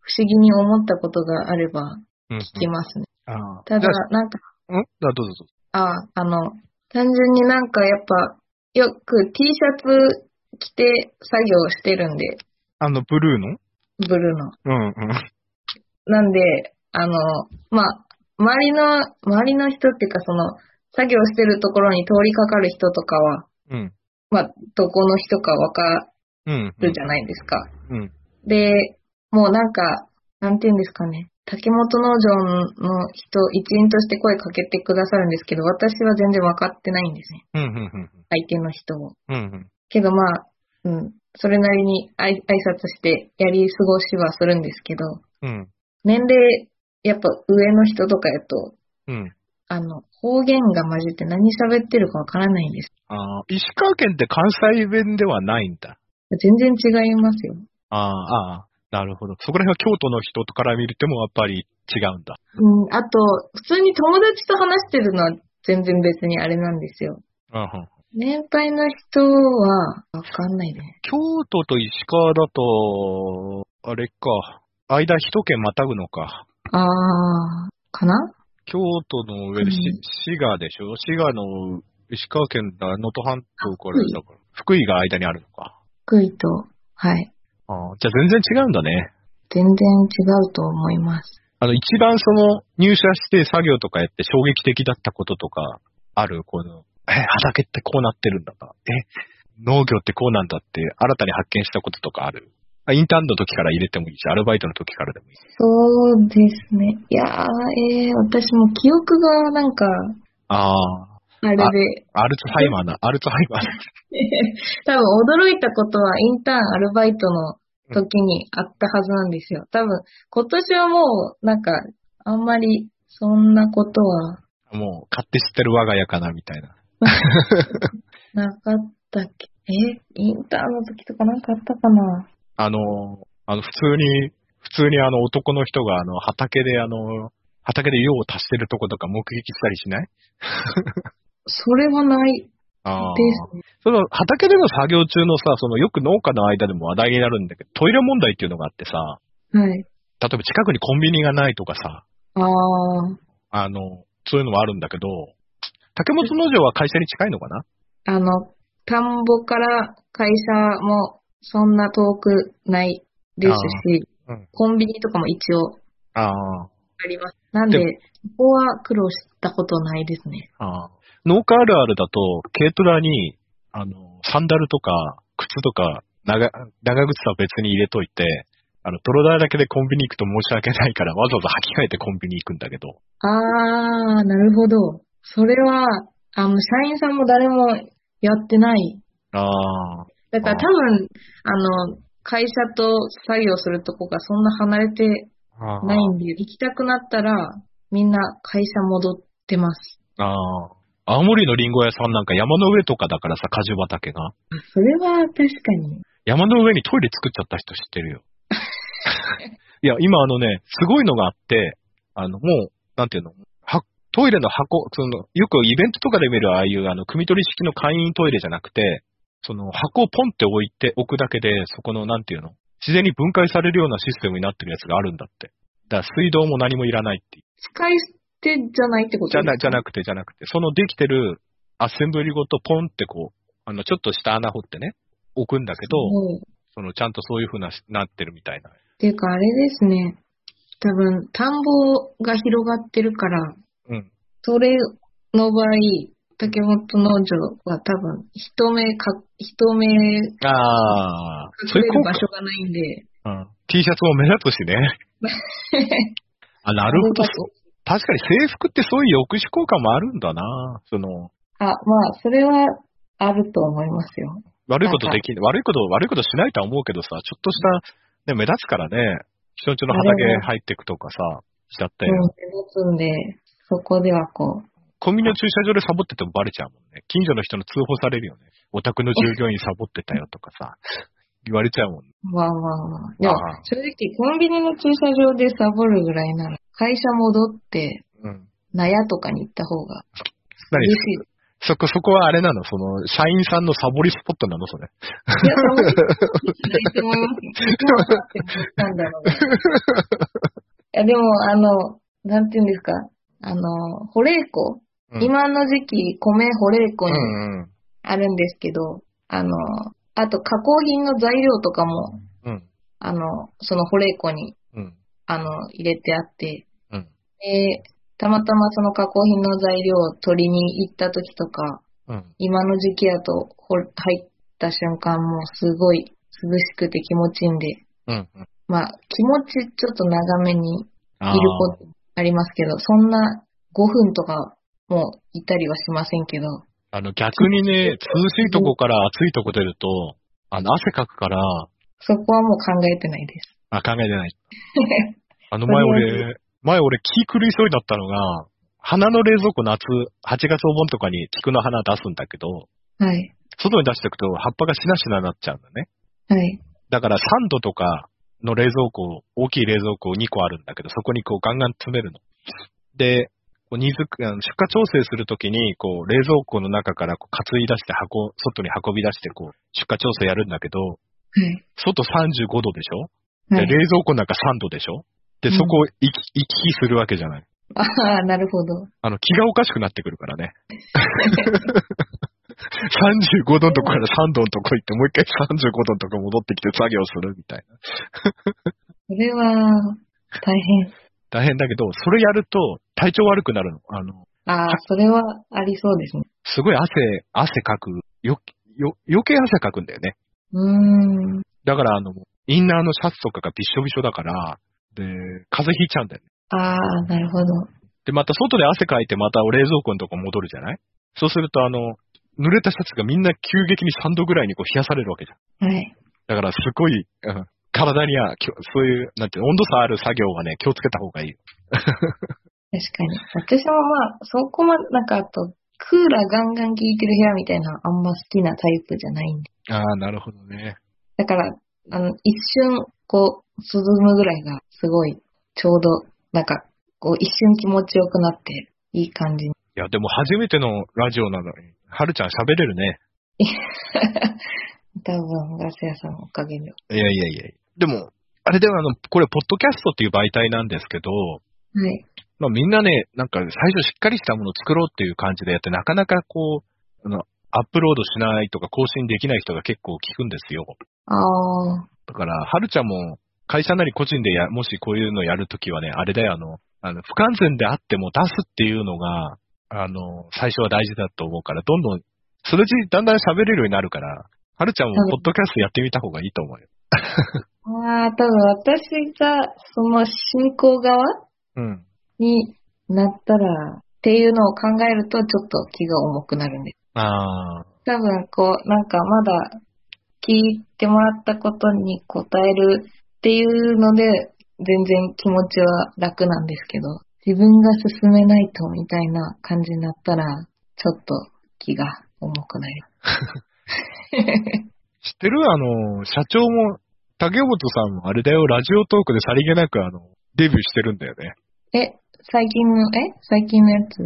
S2: 不思議に思ったことがあれば、
S1: うん
S2: 聞きますね。
S1: ああ
S2: た
S1: じ
S2: だ
S1: ゃ、
S2: なんか、
S1: あんあどうぞどうぞ。
S2: あ、あの、単純になんかやっぱ、よく T シャツ着て作業してるんで、
S1: あの、ブルーの
S2: ブルーの。
S1: うんうん。
S2: なんで、あの、まあ、周りの、周りの人っていうか、その、作業してるところに通りかかる人とかは、
S1: うん。
S2: まあ、どこの人かわか
S1: うん。
S2: るじゃないですか。
S1: うん。
S2: で、もうなんか、なんて言うんですかね。竹本農場の人、一員として声かけてくださるんですけど、私は全然わかってないんですね。
S1: うん。うん。うん。
S2: 相手の人を。
S1: うん。うん。
S2: けどまあ、うん、それなりにあい挨拶してやり過ごしはするんですけど、
S1: うん。
S2: 年齢、やっぱ上の人とかやと、
S1: うん。
S2: あの、方言が混じって何喋ってるかわからないんです。
S1: ああ、石川県って関西弁ではないんだ。
S2: 全然違いますよ。
S1: ああ、ああ、なるほど。そこら辺は京都の人から見るともやっぱり違うんだ。
S2: うん、あと、普通に友達と話してるのは全然別にあれなんですよ。
S1: うん。
S2: 年配の人はわかんないね。
S1: 京都と石川だと、あれか、間一県またぐのか。
S2: あー、かな
S1: 京都の上で、し
S2: うん
S1: 滋賀でしょ滋賀の石川県だ、能登半島からだから、福井が間にあるのか。
S2: 福井と、はい。
S1: ああ、じゃあ全然違うんだね。
S2: 全然違うと思います。
S1: あの、一番その、入社して作業とかやって衝撃的だったこととか、ある、この、え、畑ってこうなってるんだな。え、農業ってこうなんだって、新たに発見したこととかある。あインターンの時から入れてもいいし、アルバイトの時からでもいいし。
S2: そうですね。いやー、えー、私も記憶がなんか、
S1: ああ、
S2: あれで、
S1: アルツハイマーな、アルツハイマー。
S2: 多分驚いたことはインターンアルバイトの時にあったはずなんですよ。多分今年はもうなんかあんまりそんなことは
S1: もう、買って知ってる我が家かな、みたいな。
S2: なかったっけえインターンの時とかなんかあったかな
S1: あの、あの、普通に、普通にあの、男の人が、あの、畑で、あの、畑で用を足してるとことか目撃したりしない
S2: それはない
S1: ああ。
S2: ですね。
S1: その畑での作業中のさ、そのよく農家の間でも話題になるんだけど、トイレ問題っていうのがあってさ、
S2: はい。
S1: 例えば近くにコンビニがないとかさ、
S2: あー、
S1: あの、そういうのはあるんだけど、竹本農場は会社に近いのかな
S2: あの、田んぼから会社もそんな遠くないですし、
S1: あーうん
S2: コンビニとかも一応
S1: あ
S2: あります。なんで
S1: で、
S2: ここは苦労したことないですね。
S1: あ、ああ。農家あるあるだと、軽トラに、あの、サンダルとか、靴とか、長、長靴は別に入れといて、あの、泥だらけでコンビニ行くと申し訳ないから、わざわざ履き替えてコンビニ行くんだけど、
S2: あー、なるほど。それは、あの、社員さんも誰もやってない。
S1: ああ、
S2: だから
S1: あー
S2: 多分、あの、会社と作業するとこがそんな離れて
S1: ああ
S2: ないんで、行きたくなったら、みんな会社戻ってます。
S1: ああ。青森のリンゴ屋さんなんか山の上とかだからさ、果樹畑が。
S2: あそれは確かに。
S1: 山の上にトイレ作っちゃった人知ってるよ。いや、今あのね、すごいのがあって、あの、もう、なんていうの、はトイレの箱、その、よくイベントとかで見るああいう、あの、組取り式の簡易トイレじゃなくて、その、箱をポンって置いて、置くだけで、そこの、なんていうの、自然に分解されるようなシステムになってるやつがあるんだって。だから水道も何もいらないっていう
S2: 使い捨てじゃないってこと
S1: じゃな、じゃ
S2: く
S1: なくて、じゃなくて、そのできてるアッセンブリごとポンってこう、あの、ちょっとした穴掘ってね、置くんだけど、その、ちゃんとそういう風なし、なってるみたいな。
S2: っていうか、あれですね。多分、田んぼが広がってるから、
S1: うん。
S2: それの場合、竹本農場は多分、人目か、人目隠
S1: ああ、そう
S2: れ
S1: いう
S2: る場
S1: 効
S2: 所がないんで、
S1: 果。うん。T シャツも目立つしね。あ、な るほど。
S2: あ
S1: そう確かに制服ってそういう抑止効果もあるんだな。その、
S2: あ、まあ、それはあると思いますよ。
S1: 悪いことでき、悪いこと、悪いことしないとは思うけどさ、ちょっとした、ね、目立つからね、人んちの畑
S2: あれは
S1: 入ってくとかさ、しちゃって
S2: う。ん、持つんで、そこではこう、
S1: コンビニの駐車場でサボっててもバレちゃうもんね。近所の人の通報されるよね。お宅の従業員サボってたよとかさ、言われちゃうもんね。
S2: わーわーわー。でも
S1: あー、
S2: 正直、コンビニの駐車場でサボるぐらいなら、会社戻って、
S1: うん。
S2: 納屋とかに行った方が
S1: 何
S2: 嬉しい。
S1: そこ、そこはあれなのその、社員さんのサボりスポットなのそれ。
S2: いや、サボるないと思いますよ。どうなって 思ったんだろうね。いや、でも、あの、なんていうんですか、あの、保冷庫、
S1: うん
S2: 今の時期、米保冷庫
S1: う
S2: に
S1: んうん。
S2: あるんですけど、あの、あと加工品の材料とかも、
S1: うん。
S2: あの、その保冷庫に、
S1: うん。
S2: あの、入れてあって、
S1: うん。
S2: で、たまたまその加工品の材料を取りに行った時とか、
S3: うん。
S2: 今の時期やとほ入った瞬間もうすごい涼しくて気持ちいいんで、
S3: うん。
S2: まあ気持ちちょっと長めにい
S3: あー
S2: ることありますけど、そんな5分とかもいたりはしませんけど、
S1: あの、逆にね、涼しいとこから暑いとこ出ると、あの、汗かくから、
S2: そこはもう考えてないです。
S1: あ、考えてない。あの前俺、前俺気狂いそうになったのが、花の冷蔵庫夏、8月お盆とかに菊の花出すんだけど、
S2: はい。
S1: 外に出しておくと葉っぱがしなしなになっちゃうんだね。
S2: はい。
S1: だから3度とかの冷蔵庫、大きい冷蔵庫2個あるんだけど、そこにこうガンガン詰めるの。で、こう荷造あの出荷調整するときに、こう冷蔵庫の中からこう担い出して箱、外に運び出してこう出荷調整やるんだけど、
S2: はい。
S1: 外35度でしょで、
S2: はい、
S1: 冷蔵庫の中3度でしょで、そこを行き、行き来するわけじゃない。
S2: ああ、なるほど。
S1: あの、気がおかしくなってくるから ね。35度のとこから3度のとこ行って、もう一回35度のとこ戻ってきて作業するみたいな。
S2: それは、大変。
S1: 大変だけど、それやると体調悪くなるの。あの、
S2: ああ、それはありそうですね。
S1: すごい汗、汗かく。よ、よ、余計汗かくんだよね。
S2: うーん。
S1: だからあの、インナーのシャツとかがびっしょびしょだから、で、風邪ひいちゃうんだよね。
S2: ああ、なるほど。
S1: で、また外で汗かいてまた冷蔵庫のとこ戻るじゃないそうするとあの、濡れたシャツがみんな急激に3度ぐらいにこう冷やされるわけじゃん。
S2: はい。
S1: だからすごい、うん体には、きょそういう、なんていうの、温度差ある作業はね、気をつけた方がいいよ。
S2: 確かに。私もまあ、そこまで、なんかあと、クーラーガンガン効いてる部屋みたいなのあんま好きなタイプじゃないんで。
S1: ああ、なるほどね。
S2: だから、あの、一瞬、こう、涼むぐらいが、すごい、ちょうど、なんか、こう、一瞬気持ちよくなって、いい感じに。
S1: いや、でも初めてのラジオなのに、はるちゃん喋れるね。
S2: 多分、ガス屋さんのおかげで。
S1: いやいやいや。でも、あれではあの、これ、ポッドキャストっていう媒体なんですけど、
S2: はい。
S1: まあみんなね、なんか最初しっかりしたものを作ろうっていう感じでやって、なかなかこう、あの、アップロードしないとか更新できない人が結構聞くんですよ。
S2: ああ、
S1: だから、はるちゃんも、会社なり個人でや、もしこういうのやるときはね、あれだよ、あの、あの、不完全であっても出すっていうのが、あの、最初は大事だと思うから、どんどん、そのうちだんだん喋れるようになるから、はるちゃんも
S2: はい
S1: ポッドキャストやってみた方がいいと思うよ。
S2: ああ、多分私が、その進行側
S1: うん。
S2: になったら、っていうのを考えると、ちょっと気が重くなるんです。
S1: ああ、
S2: 多分、こう、なんかまだ聞いてもらったことに応えるっていうので、全然気持ちは楽なんですけど、自分が進めないとみたいな感じになったら、ちょっと気が重くなります。
S1: 知ってるあの、社長も、竹本さんもあれだよ、ラジオトークでさりげなくあの、デビューしてるんだよね。
S2: え、最近の、え最近のやつ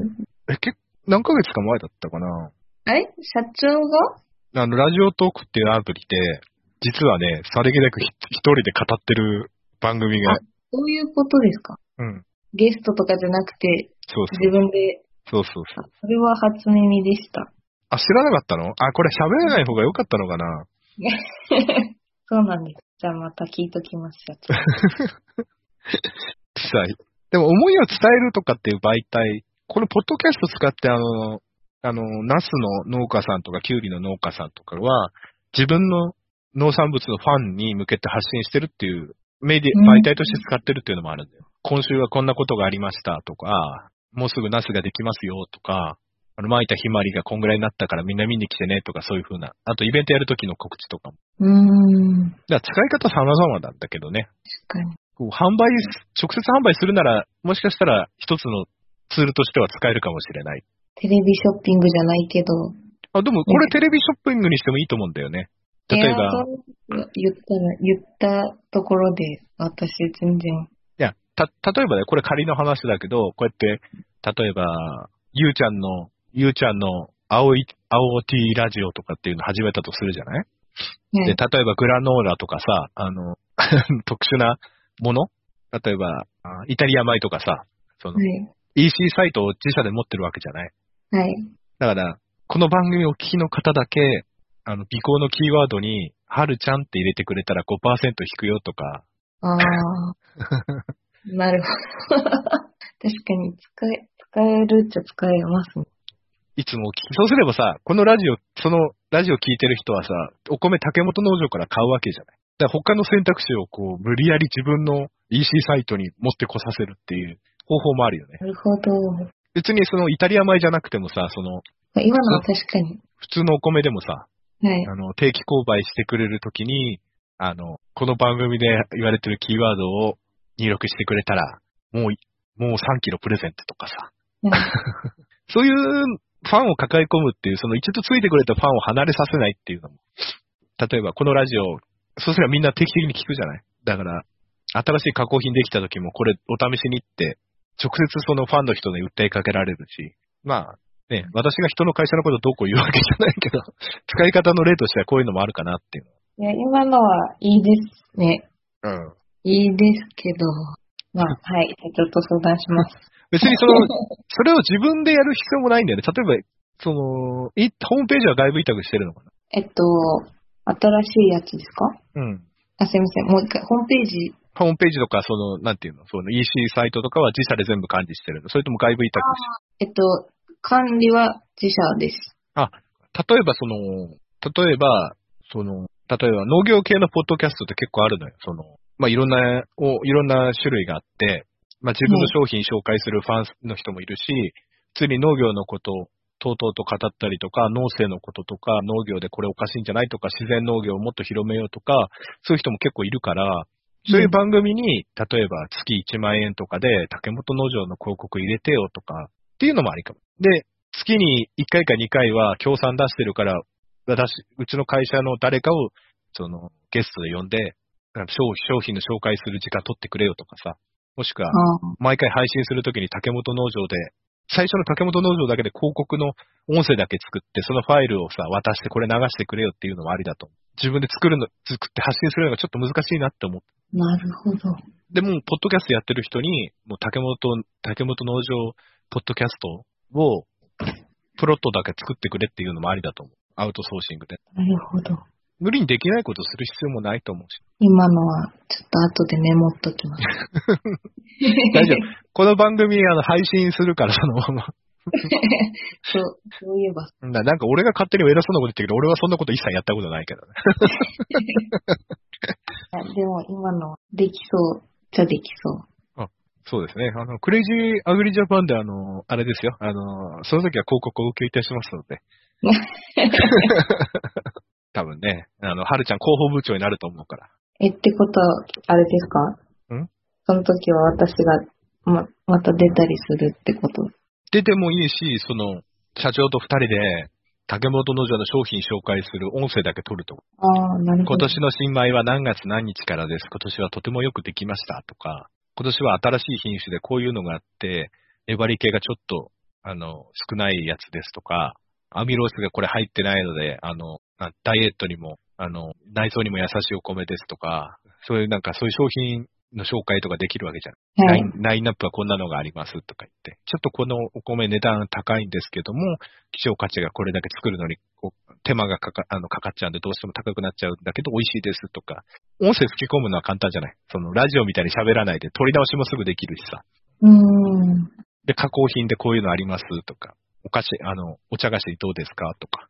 S1: え、け何ヶ月か前だったかな
S2: あれ社長が
S1: あの、ラジオトークっていうアプリで、実はね、さりげなくひ一人で語ってる番組が
S2: あ、どういうことですか
S1: うん。
S2: ゲストとかじゃなくて、
S1: そうそ
S2: 自
S1: う。
S2: 分で
S1: そうそうそう。
S2: それは初耳でした。
S1: あ、知らなかったのあ、これ喋らない方が良かったのかな
S2: そうなんです。じゃあまた聞いときます、社長。
S1: 伝え。でも思いを伝えるとかっていう媒体、このポッドキャスト使ってあの、あの、ナスの農家さんとかキュウリの農家さんとかは、自分の農産物のファンに向けて発信してるっていう、メディ
S2: うん
S1: 媒体として使ってるっていうのもあるんだよ。今週はこんなことがありましたとか、もうすぐナスができますよとか、あの、巻いたひまわりがこんぐらいになったからみんな見に来てねとかそういう風な。あとイベントやるときの告知とかも。
S2: うーん、
S1: だから使い方様々なんだけどね。
S2: 確かに。
S1: こう販売、直接販売するなら、もしかしたら一つのツールとしては使えるかもしれない。
S2: テレビショッピングじゃないけど、
S1: あ、でもこれ
S2: ね
S1: テレビショッピングにしてもいいと思うんだよね。例えば、
S2: エアコン言ったら、言ったところで、私全然、
S1: いや、た、例えばね、これ仮の話だけど、こうやって、例えば、ゆうちゃんの、ゆうちゃんの青い、青 T ラジオとかっていうの始めたとするじゃない
S2: は
S1: で、
S2: い、
S1: 例えばグラノーラとかさ、あの、 特殊なもの例えば、あイタリア米とかさ、その、EC サイトを自社で持ってるわけじゃない
S2: はい、はい。
S1: だから、この番組をお聞きの方だけ、あの、尾行のキーワードに、はるちゃんって入れてくれたら5%引くよとか、
S2: ああ、なるほど。確確かに使え、使えるっちゃ使えますね。
S1: いつも聞き、そうすればさ、このラジオ、そのラジオ聞いてる人はさ、お米竹本農場から買うわけじゃない。だから他の選択肢をこう、無理やり自分の EC サイトに持ってこさせるっていう方法もあるよね。
S2: なるほど。
S1: 別にそのイタリア米じゃなくてもさ、その、
S2: 今のは確かに。
S1: 普通のお米でもさ、
S2: はい。
S1: あの、定期購買してくれるときに、あの、この番組で言われてるキーワードを入力してくれたら、もう、もう3キロプレゼントとかさ、
S2: は
S1: そういうファンを抱え込むっていう、その一度ついてくれたファンを離れさせないっていうのも。例えば、このラジオ、そうすればみんな定期的に聞くじゃないだから、新しい加工品できた時もこれお試しに行って、直接そのファンの人に訴えかけられるし、まあ、ね、私が人の会社のことどうこう言うわけじゃないけど、使い方の例としてはこういうのもあるかなっていう
S2: い、いや、今のはいいですね。
S1: の。うん。
S2: いいですけど、まあ、はい。ちょっと相談します。
S1: 別にその、それを自分でやる必要もないんだよね。例えば、その、いホームページは外部委託してるのか
S2: えっと、新しいやつですか
S1: なうん。
S2: あ、すいません。もう一回、ホームページ。
S1: ホームページとか、その、なんていうの、その EC サイトとかは自社で全部管理してるのそれとも外部委託し
S2: えっと、管理は自社です。
S1: て例えばその、例えば、その、例えば農業系のポッドキャストって結構あるのよ。その、まあ、いろんな、おいろんな種類があって、まあ、自分の商品紹介するファンの人もいるし、普通に農業のことをとうとうと語ったりとか、農政のこととか、農業でこれおかしいんじゃないとか、自然農業をもっと広めようとか、そういう人も結構いるから、そういう番組に、例えば月1万円とかで竹本農場の広告入れてよとか、っていうのもありかも。で、月に1回か2回は協賛出してるから、私、うちの会社の誰かを、その、ゲストで呼んで、あの商商品の紹介する時間取ってくれよとかさ、もしくは、
S2: あ
S1: 毎回配信するときに竹本農場で、最初の竹本農場だけで広告の音声だけ作って、そのファイルをさ、渡してこれ流してくれよっていうのもありだと思う。自分で作るの、作って発信するのがちょっと難しいなって思う。
S2: なるほど。
S1: でも、ポッドキャストやってる人に、もう竹本、竹本農場ポッドキャストを、プロットだけ作ってくれっていうのもありだと思う。アウトソーシングで。
S2: なるほど。
S1: 無理にできないことする必要もないと思うし。
S2: 今のは、ちょっと後でメモっときます。
S1: 大丈この番組、あの、配信するから、そのま ま。
S2: 夫。 そう、そういえば。
S1: ななんか俺が勝手に偉そうなこと言ってるけど、俺はそんなこと一切やったことないけどね。
S2: あでも今のはできそう。じゃできそう。
S1: そうですね。あの、クレイジーアグリジャパンであの、あれですよ。あの、その時は広告をお受けいたしますので。多分ね、あの、はるちゃん広報部長になると思うから。
S2: え、ってことは、あれですか
S1: ん
S2: その時は私が、ま、また出たりするってこと
S1: 出てもいいし、その、社長と二人で、竹本農場の商品紹介する音声だけ撮ると。
S2: ああ、なるほ
S1: 今
S2: ど。
S1: 年の新米は何月何日からです。今年はとてもよくできましたとか、今年は新しい品種でこういうのがあって、粘り系がちょっと、あの、少ないやつですとか、アミロースがこれ入ってないので、あの、なダイエットにも、あの、内臓にも優しいお米ですとか、そういうなんかそういう商品の紹介とかできるわけじゃん。
S2: は
S1: ライ
S2: い。
S1: ンラインナップはこんなのがありますとか言って、ちょっとこのお米値段高いんですけども、希少価値がこれだけ作るのにこう手間がかかあのかかっちゃうんでどうしても高くなっちゃうんだけど美味しいですとか、音声吹き込むのは簡単じゃない。そのラジオみたいに喋らないで取り直しもすぐできるしさ。
S2: うーん。
S1: で、加工品でこういうのありますとか、お菓子、あの、お茶菓子どうですかとか。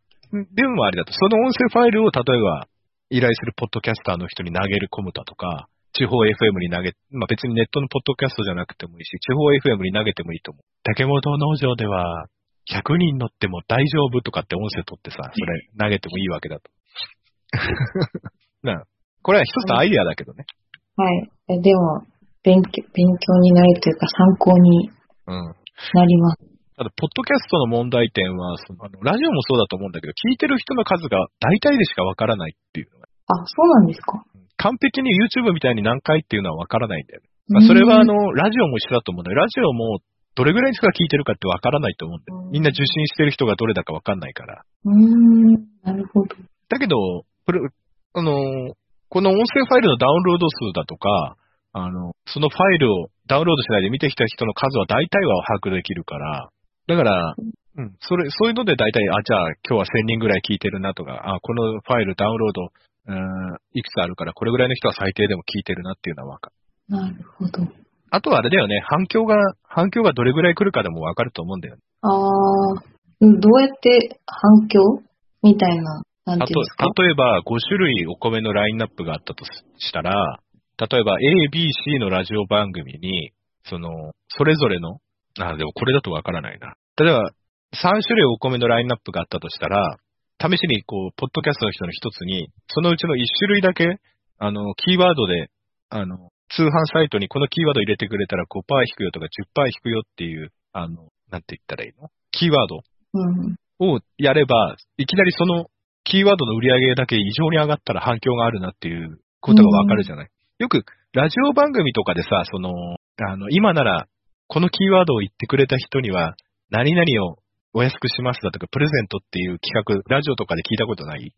S1: でもあれだと、その音声ファイルを例えば依頼するポッドキャスターの人に投げる込むだとか、地方 FM に投げ、まあ、別にネットのポッドキャストじゃなくてもいいし、地方 FM に投げてもいいと思う。竹本農場では100人乗っても大丈夫とかって音声取ってさ、それ投げてもいいわけだと。なあこれは一つのアイデアだけどね。
S2: はい。えでも、勉強、勉強になるというか参考に
S1: うん。
S2: なります。
S1: ただ、ポッドキャストの問題点は、そのあのラジオもそうだと思うんだけど、聞いてる人の数が大体でしかわからないっていうのが、
S2: あ、そうなんですか
S1: 完璧に YouTube みたいに何回っていうのはわからないんだよね。まあ、それはあの、ラジオも一緒だと思うんだよ。ラジオもどれぐらいの人が聞いてるかってわからないと思うんだよ。みんな受信してる人がどれだかわかんないから。
S2: うーん、なるほど。
S1: だけど、これ、あのー、この音声ファイルのダウンロード数だとか、あの、そのファイルをダウンロードしないで見てきた人の数は大体は把握できるから、だから、うん、それ、そういうので大体、あ、じゃあ今日は1000人ぐらい聞いてるなとか、あ、このファイルダウンロード、うん、いくつあるから、これぐらいの人は最低でも聞いてるなっていうのはわかる。
S2: なるほど。
S1: あとはあれだよね、反響が、反響がどれぐらい来るかでもわかると思うんだよね。
S2: ああ、どうやって反響みたいな、なん
S1: た
S2: ていうんですか
S1: と例えば、5種類お米のラインナップがあったとしたら、例えば A、B、C のラジオ番組に、その、それぞれの、あ、でもこれだとわからないな。例えば、3種類お米のラインナップがあったとしたら、試しに、こう、ポッドキャストの人の一つに、そのうちの1種類だけ、あの、キーワードで、あの、通販サイトにこのキーワード入れてくれたら5%引くよとか10%引くよっていう、あの、なんて言ったらいいのキーワード
S2: うん。
S1: をやれば、いきなりそのキーワードの売り上げだけ異常に上がったら反響があるなっていうことがわかるじゃない。よくラジオ番組とかでさ、その、あの、今ならこのキーワードを言ってくれた人には何々をお安くしますだとかプレゼントっていう企画、ラジオとかで聞いたことない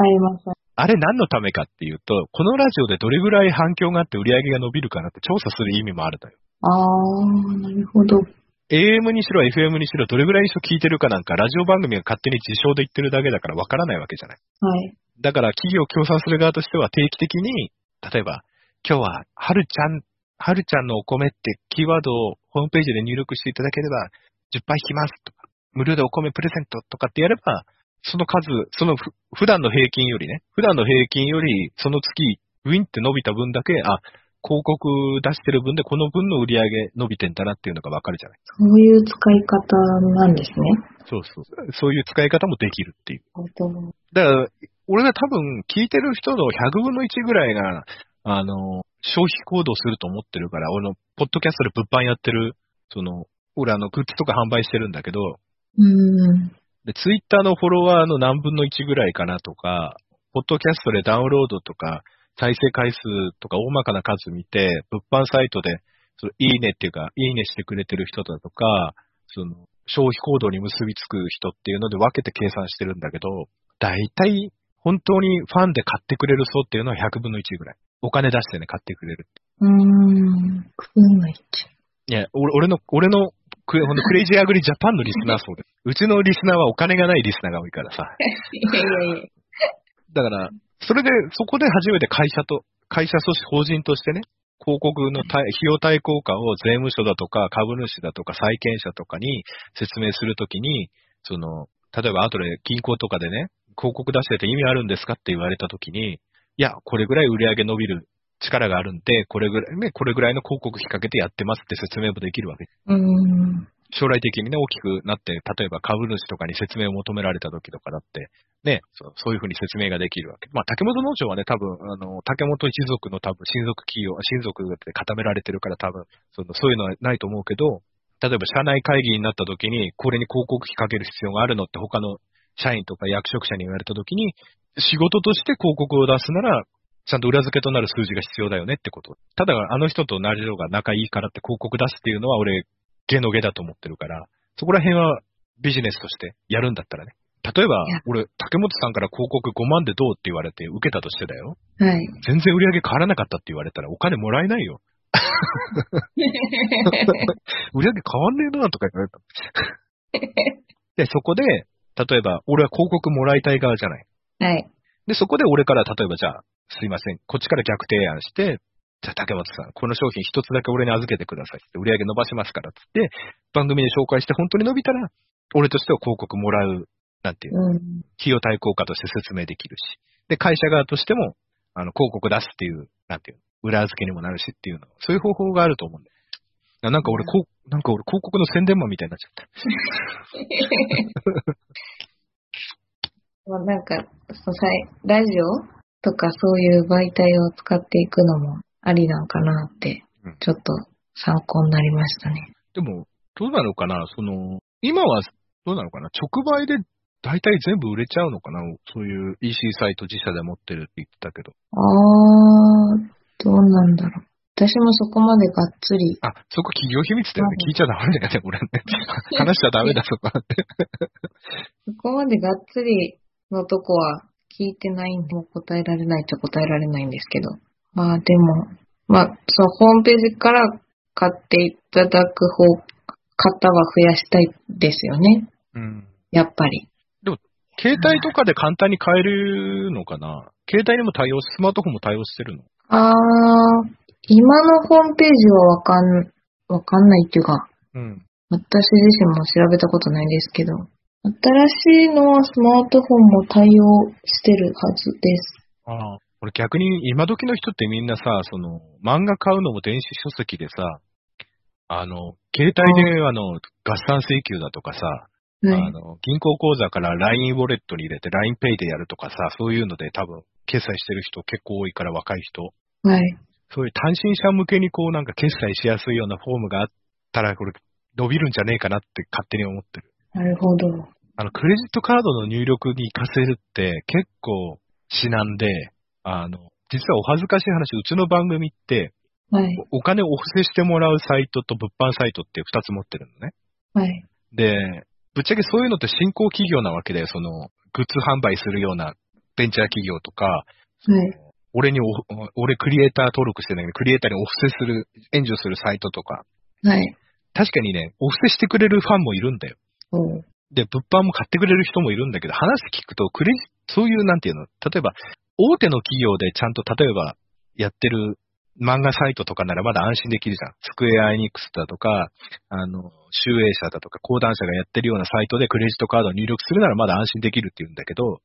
S2: あります。
S1: あれ何のためかっていうと、このラジオでどれぐらい反響があって売り上げが伸びるかなって調査する意味もあるのよ。
S2: ああ、なるほど。
S1: AM にしろ FM にしろどれぐらいの人聞いてるかなんか、ラジオ番組が勝手に自称で言ってるだけだからわからないわけじゃない。
S2: はい。
S1: だから企業を協賛する側としては定期的に、例えば、今日は、はるちゃん、はるちゃんのお米ってキーワードをホームページで入力していただければ、10杯引きますとか、無料でお米プレゼントとかってやれば、その数、そのふ普段の平均よりね、普段の平均より、その月、ウィンって伸びた分だけ、あ、広告出してる分でこの分の売り上げ伸びてんだなっていうのがわかるじゃない。
S2: そういう使い方なんですね。
S1: そうそう。そういう使い方もできるっていう。
S2: なるほど
S1: だから、俺が多分聞いてる人の100分の1ぐらいが、あの、消費行動すると思ってるから、俺の、ポッドキャストで物販やってる、その、俺あの、グッズとか販売してるんだけど、
S2: うん。
S1: で、ツイッターのフォロワーの何分の1ぐらいかなとか、ポッドキャストでダウンロードとか、再生回数とか大まかな数見て、物販サイトで、そのいいねっていうか、いいねしてくれてる人だとか、その、消費行動に結びつく人っていうので分けて計算してるんだけど、大体、本当にファンで買ってくれる層っていうのは100分の1ぐらい。お金出してね、買ってくれる。
S2: うん。クーナイチ。
S1: いや、俺俺の、俺のクレ、ほんとクレイジーアグリジャパンのリスナー層で。うちのリスナーはお金がないリスナーが多いからさ。
S2: いやいやいや。
S1: だから、それで、そこで初めて会社と、会社組織法人としてね、広告の対費用対効果を税務署だとか株主だとか債権者とかに説明するときに、その、例えば後で銀行とかでね、広告出してて意味あるんですかって言われたときに、いや、これぐらい売り上げ伸びる力があるんで、これぐらい、ね、これぐらいの広告引っ掛けてやってますって説明もできるわけ
S2: うん。
S1: 将来的にね、大きくなって、例えば株主とかに説明を求められた時とかだって、ね、そうそういうふうに説明ができるわけ。まあ、竹本農場はね、多分、あの、竹本一族の多分、親族企業、親族って固められてるから多分、そのそういうのはないと思うけど、例えば社内会議になった時に、これに広告費かける必要があるのって他の社員とか役職者に言われた時に、仕事として広告を出すなら、ちゃんと裏付けとなる数字が必要だよねってこと。ただ、あの人と同じのが仲いいからって広告出すっていうのは、俺、ゲのゲだと思ってるから、そこら辺はビジネスとしてやるんだったらね。例えば
S2: いや、
S1: 俺、竹本さんから広告5万でどうって言われて受けたとしてだよ。
S2: はい。
S1: 全然売り上げ変わらなかったって言われたらお金もらえないよ。売り上げ変わんねえなとか言われた。 で、そこで、例えば、俺は広告もらいたい側じゃない。
S2: はい。
S1: で、そこで俺から例えばじゃあ、すいません、こっちから逆提案して、じゃあ竹本さん、この商品一つだけ俺に預けてくださいって、売り上げ伸ばしますからっつって、番組で紹介して本当に伸びたら、俺としては広告もらう、なんていう、
S2: うん。
S1: 費用対効果として説明できるし、で、会社側としても、あの、広告出すっていう、なんていう、裏付けにもなるしっていうの、そういう方法があると思うんだよ。あなんか俺、こう、なんか俺、広告の宣伝マンみたいになっちゃった。
S2: まあなんか、そうさいラジオとかそういう媒体を使っていくのもありなんかなって
S1: うん、
S2: ちょっと参考になりましたね。
S1: でも、どうなのかなその、今はどうなのかな直売で大体全部売れちゃうのかなそういう EC サイト自社で持ってるって言ってたけど。
S2: あー、どうなんだろう。私もそこまでがっつり。
S1: あ、そこ企業秘密だよね。
S2: う
S1: 聞
S2: ん
S1: いちゃダメだよね、俺ね。 話しちゃダメだ、そこはね。
S2: そこまでがっつりのとこは聞いてないんで、もう答えられないっちゃ答えられないんですけど。まあでも、まあ、そのホームページから買っていただく方、方は増やしたいですよね。
S1: うん。
S2: やっぱり。
S1: 携帯とかで簡単に買えるのかな携帯にも対応、スマートフォンも対応してるの
S2: あー、今のホームページはわかん、わかんないっていうか、
S1: うん。
S2: 私自身も調べたことないですけど、新しいのはスマートフォンも対応してるはずです。
S1: ああ。俺逆に今時の人ってみんなさ、その、漫画買うのも電子書籍でさ、あの、携帯電話の合算請求だとかさ、
S2: は
S1: あ
S2: い。
S1: の、銀行口座から LINE ウォレットに入れて LINEPay でやるとかさ、そういうので多分、決済してる人結構多いから若い人。
S2: はい。
S1: そういう単身者向けにこうなんか決済しやすいようなフォームがあったら、これ伸びるんじゃねえかなって勝手に思ってる。
S2: なるほど。
S1: あの、クレジットカードの入力に活かせるって結構至難で、あの、実はお恥ずかしい話、うちの番組って、
S2: はい。
S1: お金をお布施してもらうサイトと物販サイトって二つ持ってるのね。
S2: はい。
S1: で、ぶっちゃけそういうのって新興企業なわけで、その、グッズ販売するようなベンチャー企業とか、
S2: はい。
S1: 俺にお、俺クリエイター登録してないけど、クリエイターにお布施する、援助するサイトとか、
S2: はい。
S1: 確かにね、お布施してくれるファンもいるんだよ。
S2: おう
S1: で、物販も買ってくれる人もいるんだけど、話聞くと、クレジ、そういう、なんていうの、例えば、大手の企業でちゃんと、例えば、やってる漫画サイトとかならまだ安心できるじゃん。スクエアエニックスだとか、あの、集英社だとか、講談社がやってるようなサイトでクレジットカードを入力するならまだ安心できるっていうんだけど、
S2: はい。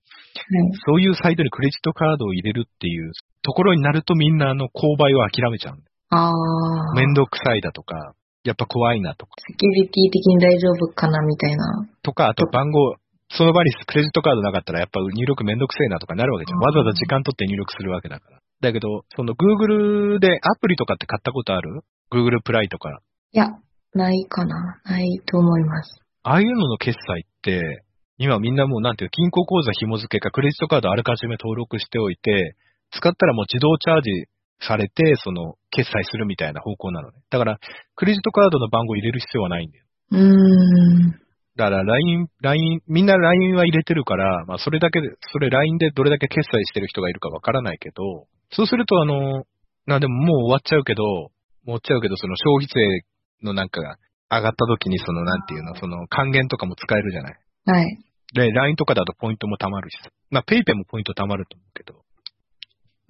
S1: そういうサイトにクレジットカードを入れるっていうところになるとみんなあの、購買を諦めちゃう。
S2: ああ。
S1: めんどくさいだとか、やっぱ怖いなとか。
S2: セキュリティ的に大丈夫かなみたいな。
S1: とか、あと番号、その場にクレジットカードなかったらやっぱ入力めんどくせえなとかなるわけじゃん。
S2: うん
S1: わざわざ時間取って入力するわけだから。だけど、その Google でアプリとかって買ったことある ?Google プライとか。
S2: いや、ないかな。ないと思います。
S1: ああいうのの決済って、今みんなもうなんていう、銀行口座紐付けかクレジットカードあらかじめ登録しておいて、使ったらもう自動チャージされて、その、決済するみたいな方向なのね。だから、クレジットカードの番号入れる必要はないんだよ。
S2: うーん。
S1: だから LINE、LINE、みんな LINE は入れてるから、まあそれだけで、それ LINE でどれだけ決済してる人がいるかわからないけど、そうするとあの、なんでももう終わっちゃうけど、もう終わっちゃうけど、その消費税のなんかが上がった時にそのなんていうの、その還元とかも使えるじゃない。
S2: はい。
S1: で、LINE とかだとポイントも貯まるしさ、まあ PayPay もポイント貯まると思うけど、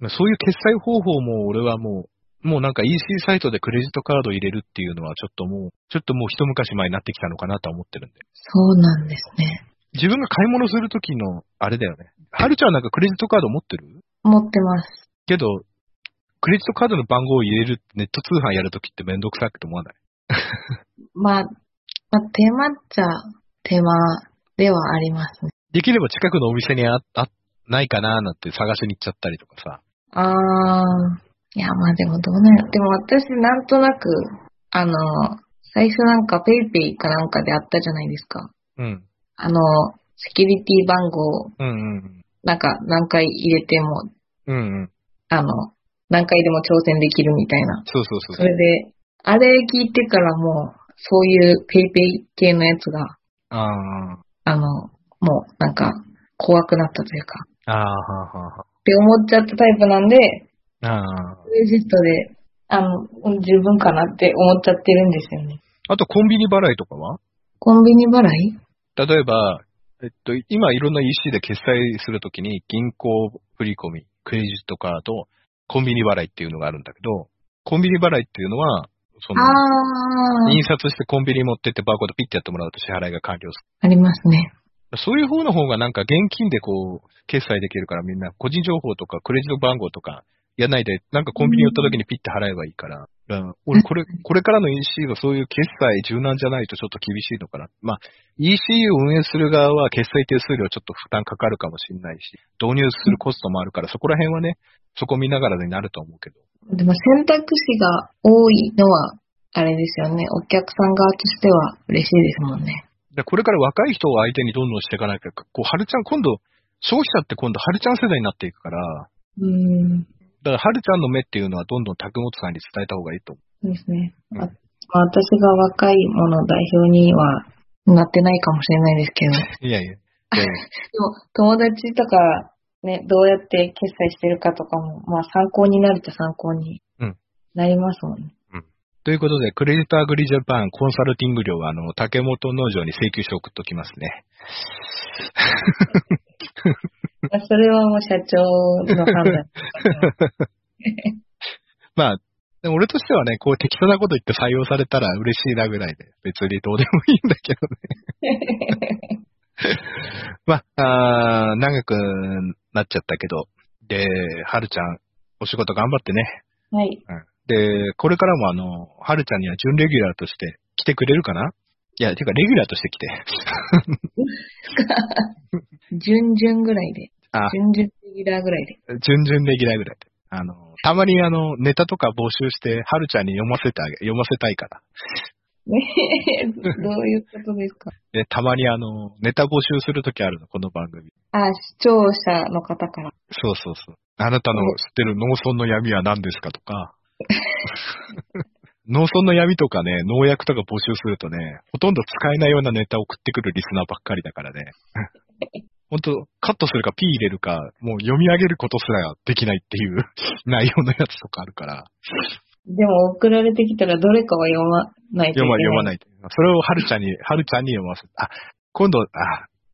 S1: まあそういう決済方法も俺はもう、もうなんか EC サイトでクレジットカード入れるっていうのはちょっともう、ちょっともう一昔前になってきたのかなとは思ってるんで。
S2: そうなんですね。
S1: 自分が買い物するときの、あれだよね。はるちゃんなんかクレジットカード持ってる
S2: 持ってます。
S1: けど、クレジットカードの番号を入れる、ネット通販やるときってめんどくさくて思わない
S2: まあ、まあ、手間っちゃ手間ではありますね。
S1: できれば近くのお店にあ、あ、ないかなーなんて探しに行っちゃったりとかさ。
S2: あー。いや、まあでもどうなるでも私なんとなく、あの、最初なんかペイペイかなんかであったじゃないですか。
S1: うん。
S2: あの、セキュリティ番号、
S1: うんうん
S2: なんか何回入れても
S1: うん。うんうん。
S2: あの、何回でも挑戦できるみたいな。
S1: そうそうそう
S2: そ。れで、あれ聞いてからもう、そういうペイペイ系のやつが、
S1: あ
S2: あの、もうなんか怖くなったというか、
S1: あ。ああ、はあは
S2: って思っちゃったタイプなんで、
S1: あ。ああ。
S2: クレジットで、あの、十分かなって思っちゃってるんですよね。
S1: あとコンビニ払いとかは
S2: コンビニ払い
S1: 例えば、えっと、今いろんな EC で決済するときに、銀行振り込み、クレジットカード、コンビニ払いっていうのがあるんだけど、コンビニ払いっていうのは、そ
S2: あ
S1: の、
S2: ー、
S1: 印刷してコンビニ持ってってバーコードピッてやってもらうと支払いが完了す
S2: ありますね。
S1: る。そういう方の方がなんか現金でこう、決済できるからみんな個人情報とかクレジット番号とかやらないで、なんかコンビニ寄った時にピッて払えばいいから、うん俺これ、 これからの EC がそういう決済柔軟じゃないとちょっと厳しいのかな。まあ、EC を運営する側は決済手数料ちょっと負担かかるかもしれないし、導入するコストもあるから、そこら辺はね、そこ見ながらになると思うけど。
S2: でも選択肢が多いのは、あれですよね。お客さん側としては嬉しいですもんね。
S1: で、これから若い人を相手にどんどんしていかなきゃ、こう、はるちゃん今度、消費者って今度はるちゃん世代になっていくから、
S2: うーん。
S1: だからはるちゃんの目っていうのはどんどん宅本さんに伝えた方がいいと思う。
S2: そうですね。
S1: うん
S2: あまあ私が若いもの代表にはなってないかもしれないですけど、で
S1: いやいや。
S2: も友達とかね、どうやって決済してるかとかも、まあ参考になると参考に
S1: うん
S2: なりますもんね。
S1: ということで、クレジットアグリジャパンコンサルティング料は、あの、竹本農場に請求書を送っときますね。
S2: まあ それはもう社長の判断。
S1: まあ、でも俺としてはね、こう適当なこと言って採用されたら嬉しいなぐらいで、別にどうでもいいんだけどね。 まあ、あー長くなっちゃったけど、で、はるちゃん、お仕事頑張ってね。
S2: はい。
S1: で、これからもあの、はるちゃんには準レギュラーとして来てくれるかないや、てかレギュラーとして来て。
S2: 順々ぐらいで。
S1: あ
S2: 順々レギュラーぐらいで。
S1: 準々レギュラーぐらいで。あの、たまにあの、ネタとか募集して、はるちゃんに読ませてあげ、読ませたいから。
S2: ねどういうことですか
S1: で、たまにあの、ネタ募集するときあるの、この番組。
S2: あ、視聴者の方から。
S1: そうそうそう。あなたの知ってる農村の闇は何ですかとか。 農村の闇とかね、農薬とか募集するとね、ほとんど使えないようなネタを送ってくるリスナーばっかりだからね。 本当カットするか P 入れるか、もう読み上げることすらできないっていう 内容のやつとかあるから、
S2: でも送られてきたらどれかは読まないといけ
S1: 読ま
S2: ない。
S1: 読ま
S2: い。
S1: ない。それをはるちゃんに、はるちゃんに読ませあ、今度、あ、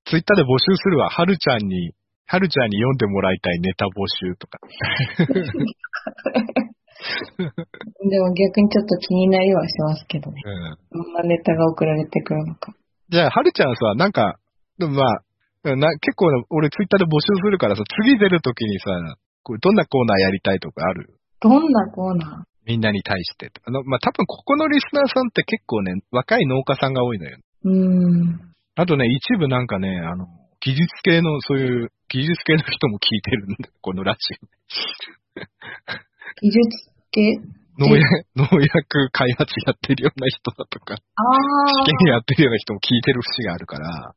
S1: ツイッターで募集するわ。はるちゃんに、はるちゃんに読んでもらいたいネタ募集とか。
S2: でも逆にちょっと気になりはしますけどね。
S1: うん
S2: どんなネタが送られてくるのか。
S1: じゃあ、はるちゃんさ、なんか、でもまあ、な結構俺ツイッターで募集するからさ、次出るときにさ、こうどんなコーナーやりたいとかある
S2: どんなコーナ
S1: みんなに対して。あの、まあ多分ここのリスナーさんって結構ね、若い農家さんが多いのよ。
S2: ーうーん。
S1: あとね、一部なんかね、あの、技術系の、そういう、技術系の人も聞いてるんだよこのラジ
S2: 技術系
S1: オ。農薬、農薬開発やってるような人だとか。
S2: あ
S1: 試験やってるような人も聞いてる節があるから、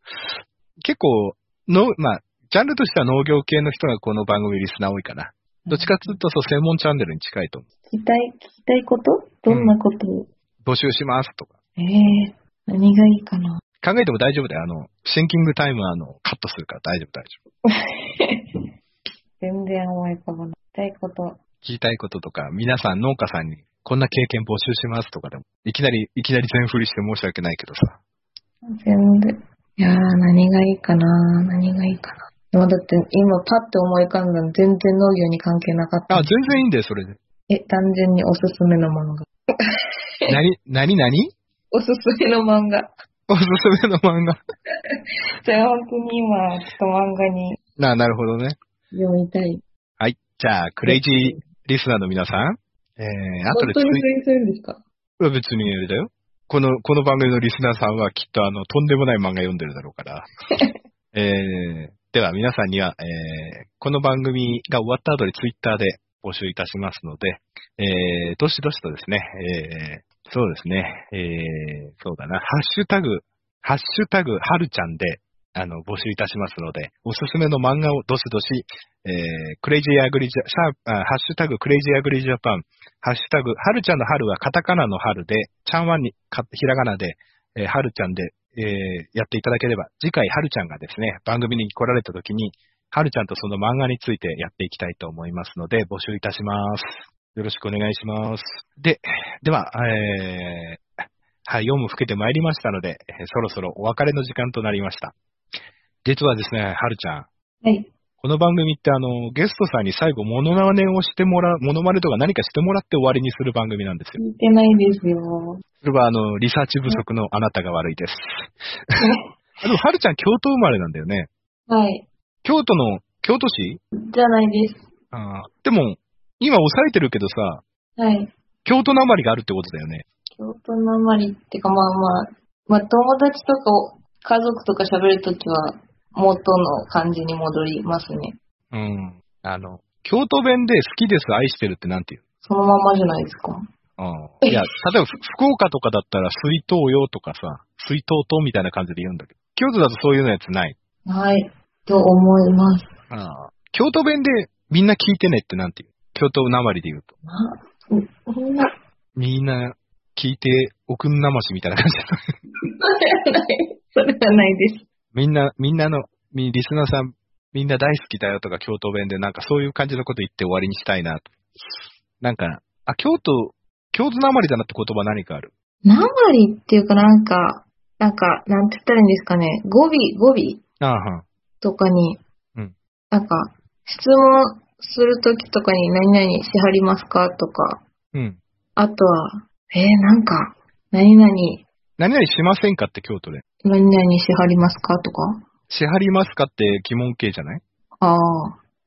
S1: 結構、の、まあ、ジャンルとしては農業系の人がこの番組リスナー多いかな。
S2: ー。
S1: どっちかっていうと、そう、専門チャンネルに近いと思
S2: 聞きたい、聞きたいことどんなこと、
S1: う。募集しますとか。
S2: ええー、何がいいかな。
S1: 考えても大丈夫だよ。あの、シンキングタイムはあの、カットするから大丈夫、大丈夫。
S2: 全然思い浮かばない。聞きたいこと。
S1: 聞きたいこととか、皆さん、農家さんに、こんな経験募集しますとかでも、いきなり、い きなり全振りして申し訳ないけどさ。
S2: 全部。いやー、何がいいかな何がいいかな。でもだって今パッと思い浮かんだの全然農業に関係なかった
S1: あ、。全然いいんだよ、それで。
S2: え、単純におすすめの漫画。
S1: 何、何何
S2: おすすめの漫画。
S1: おすすめの漫画。
S2: それ本当に今、ちょっと漫画に
S1: なあ、なるほどね。
S2: 読みたい。
S1: はい。じゃあ、クレイジーリスナーの皆さん、えー、後
S2: 本
S1: で
S2: 当
S1: ツ
S2: に
S1: イ
S2: それするんですか
S1: は別にあれだよ。この、この番組のリスナーさんはきっとあの、とんでもない漫画読んでるだろうから。えー、では皆さんには、えー、この番組が終わった後にツイッターで募集いたしますので、えー、どしどしとですね、えー、そうですね、えー、そうだな、ハッシュタグ、ハッシュタグ、はるちゃんで、あの、募集いたしますので、おすすめの漫画をどしどし、えー、クレイジーアグリジャ、シャープあハッシュタグ、クレイジーアグリジャパン、ハッシュタグ、はるちゃんの春はカタカナの春で、ちゃんわんにかひらがなで、えーはるちゃんで、えーやっていただければ、次回はるちゃんがですね、番組に来られた時に、はるちゃんとその漫画についてやっていきたいと思いますので、募集いたします。よろしくお願いします。で、では、えーはい、4も更けてまいりましたので、えーそろそろお別れの時間となりました。実はですね、はるちゃん、
S2: はい。
S1: この番組ってあの、ゲストさんに最後モノマネをしてもらう、モノマネとか何かしてもらって終わりにする番組なんですよ。
S2: 聞いてないです よ。
S1: それはあの、リサーチ不足のあなたが悪いです。あでも、はるちゃん京都生まれなんだよね。
S2: はい。
S1: 京都の、京都市
S2: じゃないです。
S1: あーでも、今抑えてるけどさ、
S2: はい。
S1: 京都なまりがあるってことだよね。
S2: 京都のあまりってか、まあまあ、まあ友達とかを家族とか喋るときは元の感じに戻りますね。
S1: うん。あの、京都弁で好きです、愛してるってなんて言う
S2: そのままじゃないですか。
S1: うん。いや、例えばふ福岡とかだったら水筒よとかさ、水筒とみたいな感じで言うんだけど、京都だとそういうのやつない。
S2: はい。と思います。
S1: ああ京都弁でみんな聞いてねってなんて言う京都なまりで言うと。
S2: な、 みんな、
S1: みんな聞いておくんなましみたいな 感じ。
S2: それはない。それはないです。
S1: みんな、みんなの、みリスナーさん、みんな大好きだよとか京都弁でなんかそういう感じのこと言って終わりにしたいなと。なんか、あ、京都、京都なまりだなって言葉何かある
S2: なまりっていうかなんか、なんか、なんて言ったらいいんですかね。語尾、語尾
S1: ああはん
S2: とかに、
S1: うん
S2: なんか、質問するときとかに何々しはりますかとか、
S1: うん。
S2: あとは、えー、なんか、何々、
S1: 何々しませんかって京都で。
S2: 何々しはりますかとか。
S1: しはりますかって疑問形じゃない
S2: ああ、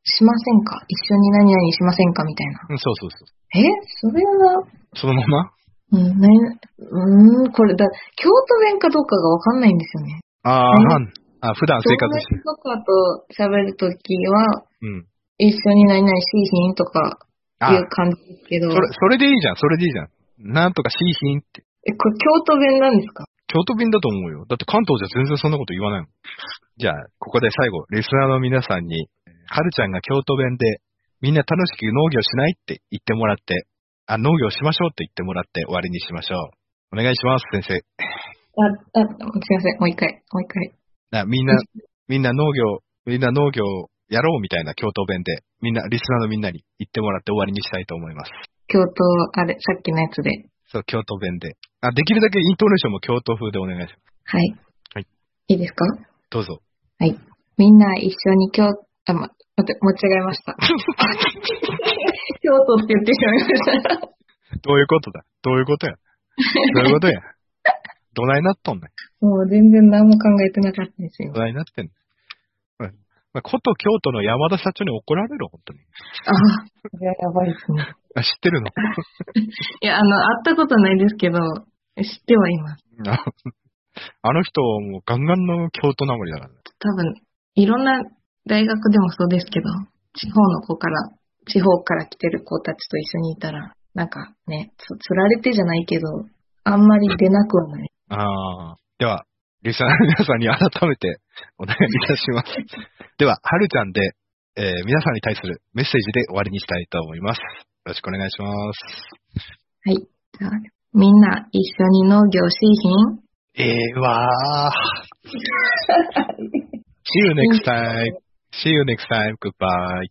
S2: しませんか一緒に何々しませんかみたいな。
S1: うん、そうそうそ
S2: えそれは、
S1: う。そのまま
S2: うん、何々、うーん、これだ、京都弁かどうかがわかんないんですよね。
S1: あ
S2: う
S1: ー
S2: ん
S1: なんあ、普段生活してる。
S2: 友達とかと喋るときは、
S1: うん。
S2: 一緒に何々しいひんとか
S1: あ
S2: いう感じですけど、
S1: それ、それでいいじゃん、それでいいじゃん。なんとかしいひんって。
S2: え、これ京都弁なんですか
S1: 京都便だと思うよ。だって関東じゃ全然そんなこと言わないもん。じゃあ、ここで最後、リスナーの皆さんに、はるちゃんが京都弁で、みんな楽しく農業しないって言ってもらって、あ、農業しましょうって言ってもらって終わりにしましょう。お願いします、先生。
S2: あ、あ、すいません、もう一回、もう一回。
S1: なみんな、みんな農業、みんな農業やろうみたいな京都弁で、みんな、リスナーのみんなに言ってもらって終わりにしたいと思います。
S2: 京都、あれ、さっきのやつで。
S1: そう、京都弁で。あ、できるだけイントネーションも京都風でお願いします。
S2: はい。
S1: はい。
S2: いいですか
S1: どうぞ。
S2: みんな一緒に京、あ、ま、待って、間違えま した。京都って言ってしまいました。
S1: どういうことだどういうことやどういうことやどないなっとんねん
S2: もう全然何も考えてなかったですよ
S1: ど。ないなってんねんうんまあ、こと京都の山田社長に怒られる、本当に。
S2: ああ、それはやばいですね。
S1: あ、知ってるの
S2: いや、あの、会ったことないですけど、知ってはいます。
S1: あ あの人、もうガンガンの京都なまりだから、ね。
S2: 多分、いろんな大学でもそうですけど、地方の子から、地方から来てる子たちと一緒にいたら、なんかね、つ、つられてじゃないけど、あんまり出なくはない。
S1: ああ。では、リスナーの皆さんに改めてお願いいたし ます。では、はるちゃんで、えー皆さんに対するメッセージで終わりにしたいと思います。よろしくお願いします。
S2: じゃあみんな一緒に農業しいひ
S1: え
S2: ん
S1: えわー。See you next time. See you next time. Goodbye.